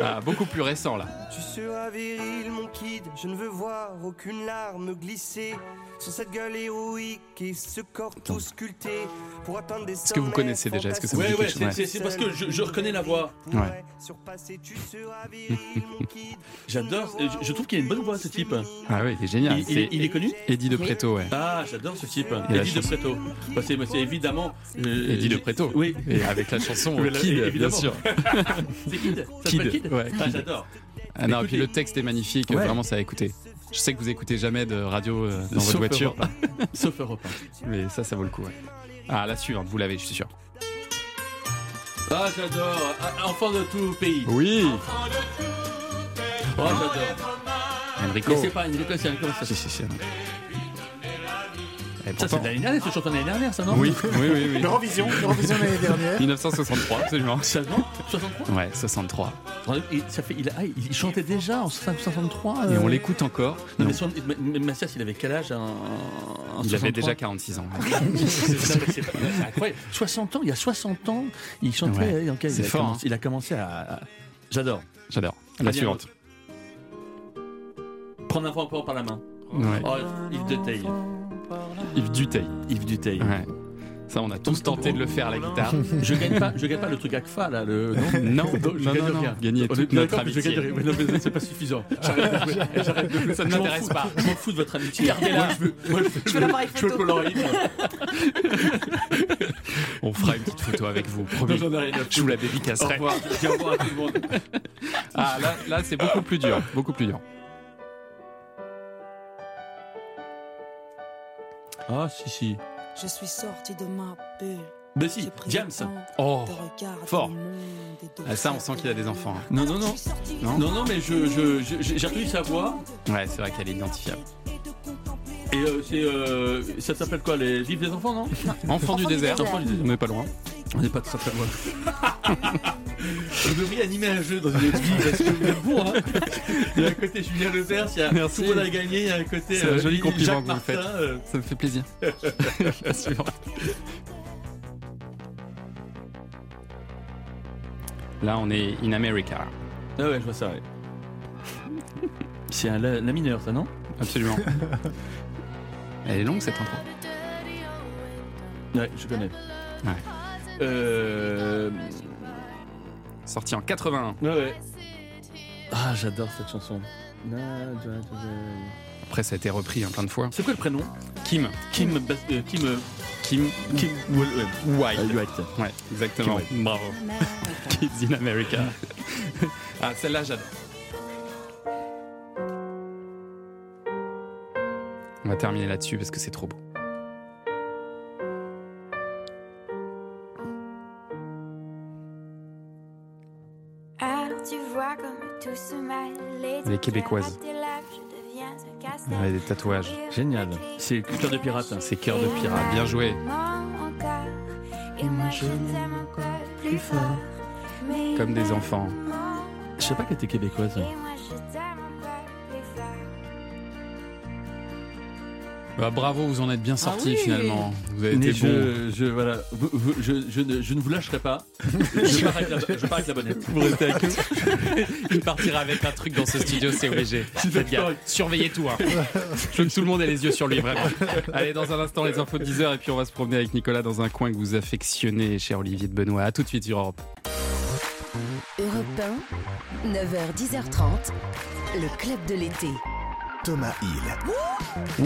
Speaker 3: Ah, beaucoup plus récent là.
Speaker 15: Tu seras viril, mon kid, je ne veux voir aucune larme glisser sur cette gueule héroïque et ce corps tout sculpté pour atteindre des
Speaker 3: Est-ce que vous connaissez déjà Est-ce que ça vous
Speaker 4: Ouais,
Speaker 3: dit
Speaker 4: ouais,
Speaker 3: quelque chose
Speaker 4: c'est- c'est c'est parce que je, je reconnais la voix.
Speaker 3: Ouais. Ah,
Speaker 15: Surpasser, tu seras viril.
Speaker 4: J'adore, je, je trouve qu'il a une bonne voix ce type.
Speaker 3: Ah oui, il est génial.
Speaker 4: Il- il-
Speaker 3: C'est
Speaker 4: il est connu
Speaker 3: Eddie de Preto, ouais.
Speaker 4: Ah, j'adore ce type.
Speaker 3: Et la
Speaker 4: Eddie de
Speaker 3: chanson.
Speaker 4: Preto. Bah, c'est c'est évidemment. euh,
Speaker 3: Eddie de
Speaker 4: j'ai-
Speaker 3: Preto.
Speaker 4: Oui.
Speaker 3: Et avec la [laughs] chanson
Speaker 4: Mais là,
Speaker 3: Kid, bien
Speaker 4: évidemment.
Speaker 3: sûr.
Speaker 4: [laughs] c'est Kid Ça
Speaker 3: Kid,
Speaker 4: s'appelle Kid
Speaker 3: ouais,
Speaker 4: Ah,
Speaker 3: Kid.
Speaker 4: j'adore.
Speaker 3: Ah non, et puis
Speaker 4: Écoutez.
Speaker 3: le texte est magnifique,
Speaker 4: Ouais.
Speaker 3: vraiment ça à écouter. Je sais que vous écoutez jamais de radio euh, dans
Speaker 4: Sauf
Speaker 3: votre voiture,
Speaker 4: Europe un. Sauf Europe
Speaker 3: mais ça, ça vaut le coup. ouais. Ah, la suivante, vous l'avez, je suis sûr.
Speaker 4: un. Ah, j'adore. Ah, Enfant de tout pays.
Speaker 3: Oui
Speaker 4: Oh, j'adore.
Speaker 3: Enrico.
Speaker 4: Mais c'est pas Enrico, c'est Enrico. Ça,
Speaker 3: Ah, Si, si, si. Et
Speaker 4: Ça, Ah, c'est
Speaker 3: pourtant,
Speaker 4: de l'année dernière, ce chanteur de l'année dernière, ça, non
Speaker 3: Oui, [laughs] oui, oui. oui.
Speaker 2: L'Eurovision, l'Eurovision l'année dernière.
Speaker 3: 1963, absolument.
Speaker 4: Seulement 63
Speaker 3: Ouais, 63.
Speaker 4: Il, ça fait, il, a- ah, il chantait déjà en 63.
Speaker 3: Et
Speaker 4: euh,
Speaker 3: on l'écoute encore.
Speaker 4: Non, mais son- M- M- Massias, il avait quel âge en, en
Speaker 3: Il
Speaker 4: 63?
Speaker 3: avait déjà 46 ans.
Speaker 4: C'est- non, mais c'est pas- c'est incroyable. 60 ans, il y a 60 ans, il chantait.
Speaker 3: Ouais.
Speaker 4: euh, en quel-
Speaker 3: C'est
Speaker 4: il a
Speaker 3: fort,
Speaker 4: commencé-
Speaker 3: hein.
Speaker 4: Il a commencé à. à- J'adore.
Speaker 3: J'adore.
Speaker 4: Bien.
Speaker 3: La suivante.
Speaker 4: Prendre un enfant par la main.
Speaker 3: Ouais.
Speaker 4: Oh, Yves Duteil.
Speaker 3: Yves Duteil.
Speaker 4: Yves Duteil.
Speaker 3: Ouais. Ça, on a tous tenté de le faire à la [laughs] guitare.
Speaker 4: Je gagne pas, je gagne pas le truc ACFA là, le
Speaker 3: [laughs] Non,
Speaker 4: je
Speaker 3: non,
Speaker 4: gagne
Speaker 3: non, non.
Speaker 4: rien.
Speaker 3: Gagnez
Speaker 4: On est
Speaker 3: toute
Speaker 4: bien
Speaker 3: notre
Speaker 4: d'accord, mais je
Speaker 3: amitié.
Speaker 4: gagne rien. Mais non, mais c'est pas
Speaker 3: [laughs]
Speaker 4: suffisant. J'arrête de jouer. J'arrête de jouer.
Speaker 3: Ça ne
Speaker 4: Je m'en
Speaker 3: m'intéresse
Speaker 4: fous.
Speaker 3: pas.
Speaker 4: Je m'en fous de votre amitié.
Speaker 3: Gardez-la.
Speaker 4: Moi, je veux, moi, je veux,
Speaker 5: Je veux l'appareil
Speaker 4: je veux
Speaker 5: photo.
Speaker 4: le Polaroid.
Speaker 3: On fera une petite photo avec [laughs] vous,
Speaker 4: Non,
Speaker 3: promis.
Speaker 4: j'en ai rien à
Speaker 3: Je vous la
Speaker 4: Au
Speaker 3: dédicacerai.
Speaker 4: revoir. Je dis au revoir à tout le monde.
Speaker 3: Ah, là, là c'est beaucoup plus dur. Beaucoup plus dur.
Speaker 4: Ah, si, si.
Speaker 12: Je suis sorti de ma bulle.
Speaker 4: Mais si,
Speaker 12: J'ai pris
Speaker 4: James.
Speaker 12: le temps
Speaker 3: Oh,
Speaker 12: de regarder
Speaker 3: fort.
Speaker 12: le monde et de
Speaker 3: Ah, ça, on sent qu'il a des enfants. hein.
Speaker 4: Non, non, non.
Speaker 3: Non
Speaker 4: Non, non, mais je, je, je- j'ai- j'ai reconnu sa voix.
Speaker 3: Ouais, c'est vrai qu'elle est identifiable.
Speaker 4: Et euh, c'est, euh, ça s'appelle quoi Les livres des enfants, non
Speaker 3: Enfant du désert.
Speaker 4: Enfant du
Speaker 3: On
Speaker 4: désert.
Speaker 3: n'est pas loin.
Speaker 4: On n'est pas très très loin. Vous devriez animer un jeu dans une autre vie parce que vous êtes bons, hein. Il y a un côté Julien Lepers, il y a
Speaker 3: Merci.
Speaker 4: tout le monde a gagné, il y a un côté.
Speaker 3: C'est un
Speaker 4: euh,
Speaker 3: joli
Speaker 4: Jacques
Speaker 3: compliment que vous me
Speaker 4: Martin,
Speaker 3: faites.
Speaker 4: euh,
Speaker 3: Ça me fait [laughs] plaisir. La suivante. Là, on est in America.
Speaker 4: Ah ouais, je vois ça, ouais. C'est un la, la mineur, ça, non
Speaker 3: [laughs] Absolument. Elle est longue cette intro.
Speaker 4: Ouais, je connais.
Speaker 3: Ouais.
Speaker 4: Euh...
Speaker 3: Sorti en 81.
Speaker 4: Ouais, ouais. Ah, j'adore cette chanson. Na- da- da- da-
Speaker 3: Après, ça a été repris hein, plein de fois.
Speaker 4: C'est quoi le prénom
Speaker 3: Kim.
Speaker 4: Kim. Bas- euh, Kim. euh,
Speaker 3: Kim.
Speaker 4: Kim. Well, ouais.
Speaker 3: White.
Speaker 4: Euh, White.
Speaker 3: Ouais, exactement.
Speaker 4: Kim
Speaker 3: Bravo. Kids in America. ah, celle-là, j'adore. On va terminer là-dessus parce que c'est trop beau.
Speaker 16: Alors Ah, tu vois comme tout se mêle.
Speaker 3: Les Québécoises. Elle
Speaker 17: Ah,
Speaker 3: a des tatouages.
Speaker 4: Génial. C'est cœur de pirate.
Speaker 3: C'est cœur de pirate. Bien joué.
Speaker 16: Et moi je t'aime encore plus fort. Mais
Speaker 3: Comme des enfants.
Speaker 4: Je sais pas qu'elle était québécoise.
Speaker 16: moi je t'aime encore plus fort.
Speaker 3: Bah, bravo, vous en êtes bien sorti finalement. Vous avez
Speaker 4: Mais
Speaker 3: été
Speaker 4: je,
Speaker 3: bon.
Speaker 4: Je, voilà, vous- vous- je, je ne, je ne vous lâcherai pas. Je pars avec la, je pars avec la bonnette. Vous restez avec nous.
Speaker 3: Il partira avec un truc dans ce studio, [laughs] c'est obligé.
Speaker 4: C'est
Speaker 3: Faites gaffe.
Speaker 4: correct.
Speaker 3: Surveillez tout. hein. Je veux que tout le monde ait les yeux sur lui, vraiment. Allez, dans un instant, les infos de 10h, et puis on va se promener avec Nicolas dans un coin que vous affectionnez, cher Olivier de Benoît. À tout de suite sur Europe.
Speaker 1: Europe 1, 9h-10h30, le club de l'été.
Speaker 3: Thomas Hill.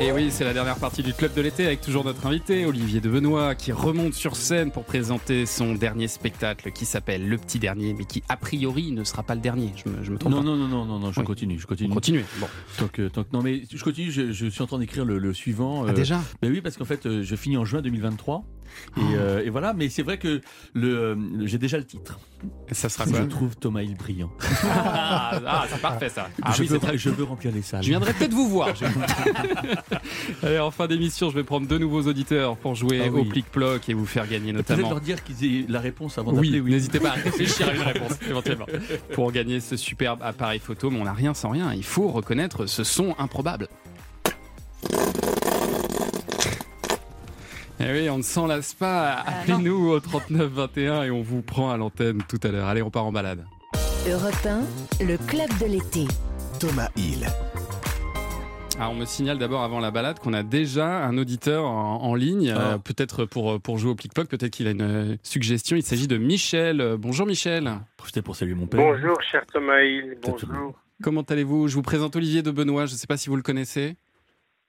Speaker 3: Et oui, c'est la dernière partie du club de l'été avec toujours notre invité Olivier de Benoît qui remonte sur scène pour présenter son dernier spectacle qui s'appelle Le Petit Dernier, mais qui a priori ne sera pas le dernier. Je me, je me trompe
Speaker 4: Non,
Speaker 3: pas.
Speaker 4: non, non, non, non, non, je
Speaker 3: Oui.
Speaker 4: continue, je continue.
Speaker 3: Continuez. Bon.
Speaker 4: Tant que, tant que- non, mais je continue, je, je suis en train d'écrire le, le suivant.
Speaker 3: Ah, déjà Ah.
Speaker 4: Ben oui, parce qu'en fait, euh, je finis en juin 2023. Et, euh, et voilà, mais c'est vrai que le, euh, j'ai déjà le titre.
Speaker 3: Ça sera
Speaker 4: Je
Speaker 3: quoi
Speaker 4: trouve Thomas Hill brillant.
Speaker 3: Ah, ah, c'est parfait ça. Ah
Speaker 4: je,
Speaker 3: oui,
Speaker 4: veux,
Speaker 3: c'est très-
Speaker 4: je veux remplir les salles.
Speaker 3: Je viendrai peut-être vous voir. [laughs] Allez, en fin d'émission, je vais prendre deux nouveaux auditeurs pour jouer
Speaker 4: Ah oui.
Speaker 3: au plic-ploc et vous faire gagner
Speaker 4: Peut-être
Speaker 3: notamment.
Speaker 4: leur dire qu'ils aient la réponse avant
Speaker 3: Oui,
Speaker 4: d'appeler.
Speaker 3: n'hésitez pas à réfléchir à une [laughs] réponse éventuellement pour gagner ce superbe appareil photo. Mais on n'a rien sans rien. Il faut reconnaître ce son improbable. Eh oui, on ne s'en lasse pas. Appelez-nous au 39 21 et on vous prend à l'antenne tout à l'heure. Allez, on part en balade.
Speaker 1: Europe 1, le club de l'été.
Speaker 3: Thomas Hill. Alors Ah, on me signale d'abord avant la balade qu'on a déjà un auditeur en, en ligne, euh, peut-être pour, pour jouer au pickpock, peut-être qu'il a une euh, suggestion. Il s'agit de Michel. Euh, Bonjour Michel.
Speaker 4: Profitez pour saluer mon père.
Speaker 17: Bonjour, cher Thomas Hill. Bonjour.
Speaker 3: Comment allez-vous Je vous présente Olivier de Benoît, je ne sais pas si vous le connaissez.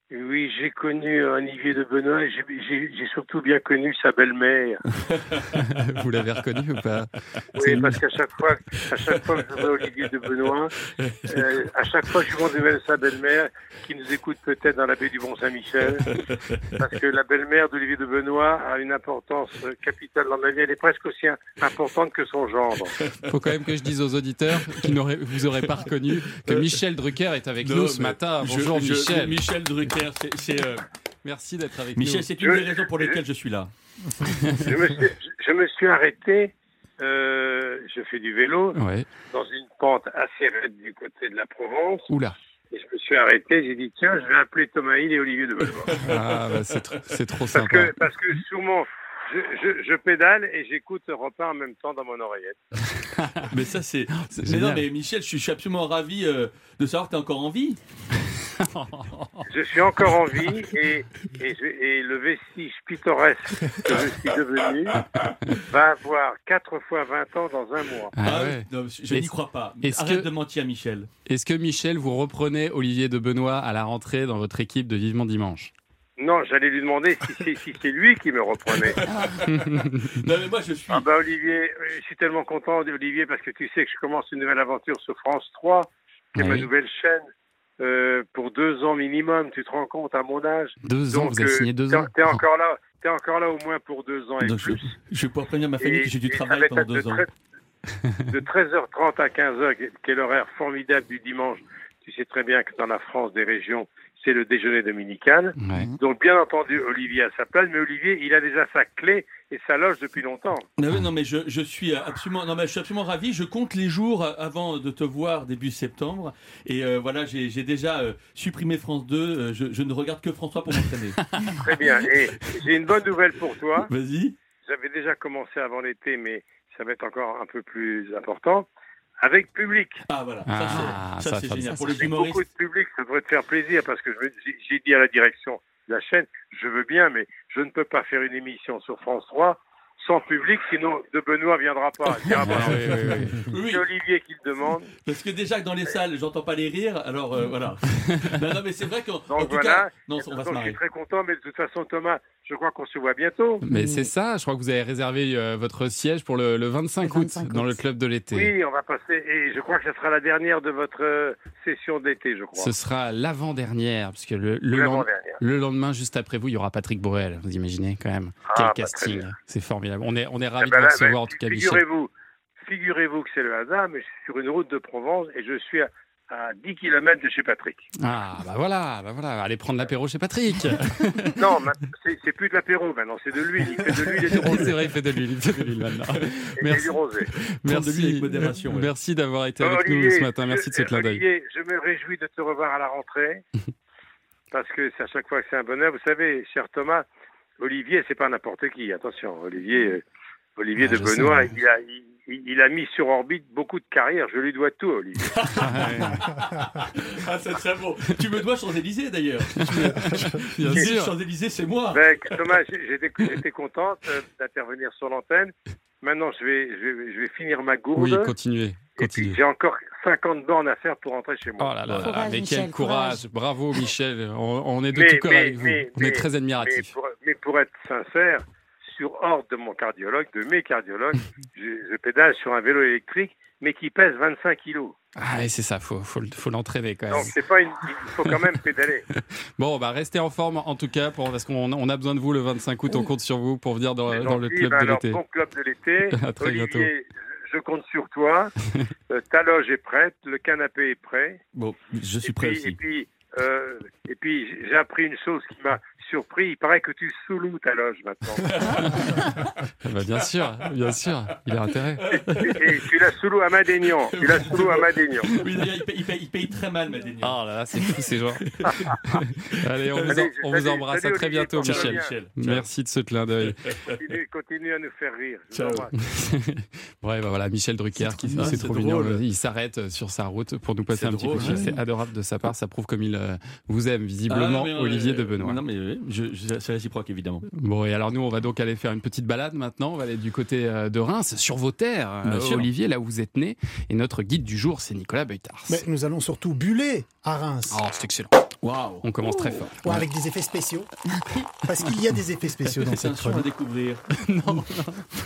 Speaker 17: Oui, j'ai connu Olivier de Benoît et j'ai- j'ai j'ai surtout bien connu sa belle-mère.
Speaker 3: vous l'avez reconnu ou pas
Speaker 17: Oui, parce qu'à chaque fois, à chaque fois que je vois Olivier de Benoît, euh, à chaque fois que je vois des nouvelles de sa belle-mère, qui nous écoute peut-être dans la baie du Mont-Saint-Michel, parce que la belle-mère d'Olivier de Benoît a une importance euh, capitale dans la vie. Elle est presque aussi im- importante que son gendre.
Speaker 3: faut quand même que je dise aux auditeurs qui n'auraient- vous auraient pas reconnu que Michel Drucker est avec nous ce
Speaker 4: mais
Speaker 3: matin.
Speaker 4: je-
Speaker 3: Bonjour
Speaker 4: je-
Speaker 3: Michel.
Speaker 4: Michel Drucker, c'est- c'est. euh,
Speaker 3: Merci d'être avec
Speaker 4: Michel,
Speaker 3: nous.
Speaker 4: c'est une des raisons pour lesquelles je suis
Speaker 3: [laughs]
Speaker 4: là.
Speaker 17: je, me suis, je me suis arrêté. euh, je fais du vélo
Speaker 3: Ouais.
Speaker 17: dans une pente assez raide du côté de la Provence.
Speaker 3: Oula.
Speaker 17: Et je me suis arrêté. J'ai dit tiens, je vais appeler Thomas Hill et Olivier de Benoît.
Speaker 3: Ah, bah, c'est tr- c'est trop
Speaker 17: parce
Speaker 3: sympa.
Speaker 17: que parce que sûrement. Je, je, je pédale et j'écoute Europe 1 en même temps dans mon oreillette.
Speaker 4: mais ça, c'est.
Speaker 3: C'est
Speaker 4: Mais non,
Speaker 3: génial.
Speaker 4: mais Michel, je suis, je suis absolument ravi euh, de savoir que t'es encore en vie.
Speaker 17: Je suis encore en vie et, et, je- et le vestige pittoresque que je suis devenu va avoir 4 fois 20 ans dans un mois.
Speaker 3: Ah
Speaker 4: oui,
Speaker 3: ouais.
Speaker 4: non, je je
Speaker 3: Est-ce-
Speaker 4: n'y crois pas.
Speaker 3: est-ce
Speaker 4: Arrête
Speaker 3: que-
Speaker 4: de mentir, Michel.
Speaker 3: Est-ce que Michel, vous reprenez Olivier de Benoît à la rentrée dans votre équipe de Vivement Dimanche
Speaker 17: Non, j'allais lui demander si c'est si c'est lui qui me reprenait.
Speaker 4: Non, mais moi, je suis.
Speaker 17: Ah bah Olivier, euh, je suis tellement content Olivier parce que tu sais que je commence une nouvelle aventure sur France 3, qui est
Speaker 3: Oui.
Speaker 17: ma nouvelle chaîne euh, pour deux ans minimum. Tu te rends compte à mon âge euh,
Speaker 3: Deux ans, vous avez signé deux
Speaker 17: t'es-
Speaker 3: ans.
Speaker 17: T'es encore là, t'es encore là au moins pour deux ans et
Speaker 4: Donc, je,
Speaker 17: plus.
Speaker 4: je vais pouvoir prévenir ma famille
Speaker 17: Et-
Speaker 4: que j'ai du
Speaker 17: et ça
Speaker 4: travail
Speaker 17: va être
Speaker 4: pendant
Speaker 17: de
Speaker 4: deux ans.
Speaker 17: treize- De 13h30 à 15h, qui est- qui est l'horaire formidable du dimanche. Tu sais très bien que dans la France des régions, c'est le déjeuner dominical.
Speaker 3: Oh.
Speaker 4: Mmh.
Speaker 17: Donc bien entendu, Olivier a sa place, mais Olivier, il a déjà sa clé et sa loge depuis longtemps.
Speaker 4: Non, mais- non, mais je, je suis absolument, non, mais je suis absolument ravi. Je compte les jours avant de te voir début septembre. Et euh, voilà, j'ai j'ai déjà euh, supprimé France 2. Euh, je, je ne regarde que François pour
Speaker 17: [laughs]
Speaker 4: m'entraîner.
Speaker 17: Très bien. Et j'ai une bonne nouvelle pour toi.
Speaker 4: Vas-y.
Speaker 17: J'avais déjà commencé avant l'été, mais ça va être encore un peu plus important, avec public.
Speaker 4: Ah voilà,
Speaker 6: Ah,
Speaker 4: ça c'est-
Speaker 6: ça,
Speaker 4: ça,
Speaker 6: ça,
Speaker 4: c'est génial.
Speaker 6: ça,
Speaker 4: Pour
Speaker 6: ça,
Speaker 4: les
Speaker 6: ça.
Speaker 4: humoristes,
Speaker 17: Beaucoup de public, ça devrait te faire plaisir parce que je me- j'ai- j'ai dit à la direction de la chaîne, je veux bien, mais je ne peux pas faire une émission sur France 3 sans public, sinon de Benoît viendra pas. Il dira, bah,
Speaker 4: oui, oui,
Speaker 17: C'est Olivier qui le demande.
Speaker 4: parce que déjà que dans les salles, j'entends pas les rires, alors euh,
Speaker 3: [laughs]
Speaker 4: voilà. non, non, mais c'est vrai qu'en en
Speaker 17: Donc
Speaker 4: tout
Speaker 17: voilà.
Speaker 4: cas, non,
Speaker 17: Et
Speaker 4: on
Speaker 17: donc,
Speaker 4: va se
Speaker 17: je [laughs] suis
Speaker 4: marrer.
Speaker 17: très content, mais de toute façon, Thomas, je crois qu'on se voit bientôt.
Speaker 3: [laughs] Mais c'est ça, je crois que vous avez réservé euh, votre siège pour le, le 25 août dans le club de l'été.
Speaker 17: Oui, on va passer, et je crois que ce sera la dernière de votre euh, session d'été, je crois.
Speaker 3: Ce sera l'avant-dernière, puisque le, le, lend-
Speaker 17: L'avant-dernière.
Speaker 3: le lendemain, juste après vous, il y aura Patrick Borel. Vous imaginez quand même
Speaker 17: Ah,
Speaker 3: quel
Speaker 17: bah, très
Speaker 3: casting.
Speaker 17: bien.
Speaker 3: C'est formidable. On est, on est
Speaker 17: Eh
Speaker 3: ravis
Speaker 17: ben
Speaker 3: de
Speaker 17: là,
Speaker 3: vous recevoir,
Speaker 17: ben,
Speaker 3: en tout cas, Michel.
Speaker 17: Figurez-vous, figurez-vous que c'est le hasard, mais je suis sur une route de Provence et je suis à, à 10 km de
Speaker 3: [laughs]
Speaker 17: chez Patrick.
Speaker 3: Ah, bah voilà, bah voilà, allez prendre l'apéro chez Patrick.
Speaker 17: non, maintenant, c'est c'est plus de l'apéro maintenant, [laughs] c'est de l'huile. Il fait de l'huile et du rosé.
Speaker 3: [laughs] c'est vrai, il fait de l'huile, il fait de
Speaker 17: [laughs]
Speaker 3: l'huile maintenant.
Speaker 17: Et
Speaker 3: Merci,
Speaker 17: du rosé.
Speaker 3: merci,
Speaker 4: Prendre de l'huile avec modération, ouais.
Speaker 3: merci d'avoir été avec nous
Speaker 17: Olivier,
Speaker 3: ce matin. Merci de ce
Speaker 17: je-
Speaker 3: clin d'œil.
Speaker 17: Olivier, je me réjouis de te revoir à
Speaker 3: [laughs]
Speaker 17: la rentrée parce que c'est à chaque fois que c'est un bonheur. Vous savez, cher Thomas, Olivier, c'est pas n'importe qui. Attention, Olivier, euh, Olivier
Speaker 3: Ah,
Speaker 17: de
Speaker 3: je
Speaker 17: Benoît,
Speaker 3: sais.
Speaker 17: il a, il- il- il a mis sur orbite beaucoup de carrières. Je lui dois tout, Olivier.
Speaker 4: Ah, c'est très beau. tu me dois Champs-Élysées d'ailleurs.
Speaker 17: Bien
Speaker 4: Tu-
Speaker 17: sûr.
Speaker 4: Champs-Élysées, c'est moi.
Speaker 17: Ben, Thomas, j'ai- j'étais j'étais contente euh, d'intervenir sur l'antenne. Maintenant, je vais, je, vais, je vais finir ma
Speaker 3: Oui,
Speaker 17: gourde.
Speaker 3: continuez,
Speaker 17: et puis,
Speaker 3: continuez.
Speaker 17: j'ai encore 50 bornes à faire pour rentrer chez moi.
Speaker 3: Oh là là, mais quel courage. Bravo Michel, on, on est de
Speaker 17: Mais-
Speaker 3: tout cœur
Speaker 17: mais-
Speaker 3: avec vous.
Speaker 17: mais-
Speaker 3: on
Speaker 17: mais-
Speaker 3: est très admiratifs.
Speaker 17: Mais pour, mais pour être sincère, sur ordre de mon cardiologue, de mes
Speaker 3: [laughs]
Speaker 17: cardiologues, je, je pédale sur un vélo électrique, mais qui pèse 25 kilos.
Speaker 3: Ah ouais, c'est ça, faut, faut, le- faut l'entraîner quand même.
Speaker 17: Donc, c'est pas une- il faut quand même
Speaker 3: [laughs]
Speaker 17: pédaler.
Speaker 3: Bon, bah restez en forme en tout cas, pour, parce qu'on on a besoin de vous le 25 août, on compte sur vous pour venir dans, dans le
Speaker 17: Gentil,
Speaker 3: club
Speaker 17: ben
Speaker 3: de
Speaker 17: alors,
Speaker 3: l'été.
Speaker 17: Bon club de l'été.
Speaker 3: [laughs] À très
Speaker 17: Olivier,
Speaker 3: bientôt.
Speaker 17: je- Je compte
Speaker 3: [laughs]
Speaker 17: sur toi. Euh, ta loge est prête, le canapé est prêt.
Speaker 4: Bon, je suis
Speaker 17: Et
Speaker 4: prêt
Speaker 17: puis, et
Speaker 4: aussi.
Speaker 17: puis, euh, et puis j'ai- j'ai appris une chose qui m'a surpris. Il paraît que tu sous-loues ta loge maintenant.
Speaker 3: Ah bah, bien sûr, bien sûr, il a intérêt.
Speaker 17: et, et tu la sous-loues à Madénian. Tu la sous-loues à Madénian.
Speaker 4: Oui, d'ailleurs, il paye, il paye- il paye très mal, Madénian.
Speaker 3: Oh là là, c'est fou ces gens. [laughs] Allez, on, vous, en-
Speaker 17: Salut,
Speaker 3: on vous
Speaker 17: salut,
Speaker 3: embrasse,
Speaker 17: salut,
Speaker 3: à très
Speaker 17: Olivier,
Speaker 3: bientôt
Speaker 17: porte-toi
Speaker 3: Michel.
Speaker 17: bien.
Speaker 3: Merci de ce clin d'œil.
Speaker 17: Continue, continue à nous faire rire. Je
Speaker 3: Ciao.
Speaker 17: vous embrasse.
Speaker 3: Ouais, bah voilà, Michel Drucker, qui
Speaker 4: mignon,
Speaker 3: c'est
Speaker 4: c'est
Speaker 3: trop mignon,
Speaker 4: drôle.
Speaker 3: il s'arrête sur sa route pour nous passer
Speaker 4: C'est
Speaker 3: un petit
Speaker 4: drôle,
Speaker 3: coup de fil.
Speaker 4: ouais.
Speaker 3: C'est adorable de sa part, ça prouve comme il euh, vous aime
Speaker 4: Ah,
Speaker 3: visiblement,
Speaker 4: non, mais, euh,
Speaker 3: Olivier de Benoît.
Speaker 4: Non, mais euh, je- je- c'est réciproque, évidemment.
Speaker 3: Bon, et alors nous, on va donc aller faire une petite balade maintenant. On va aller du côté euh, de Reims, sur vos terres, euh,
Speaker 4: Bien sûr.
Speaker 3: Olivier, là où vous êtes né. Et notre guide du jour, c'est Nicolas Beutars.
Speaker 2: Mais nous allons surtout buller à Reims.
Speaker 3: Oh, c'est excellent.
Speaker 4: Waouh.
Speaker 3: On commence très fort.
Speaker 2: Ou avec des effets spéciaux. Parce qu'il y a des effets spéciaux dans
Speaker 4: C'est un
Speaker 2: cette
Speaker 4: son à
Speaker 2: chronique. [laughs]
Speaker 4: découvrir.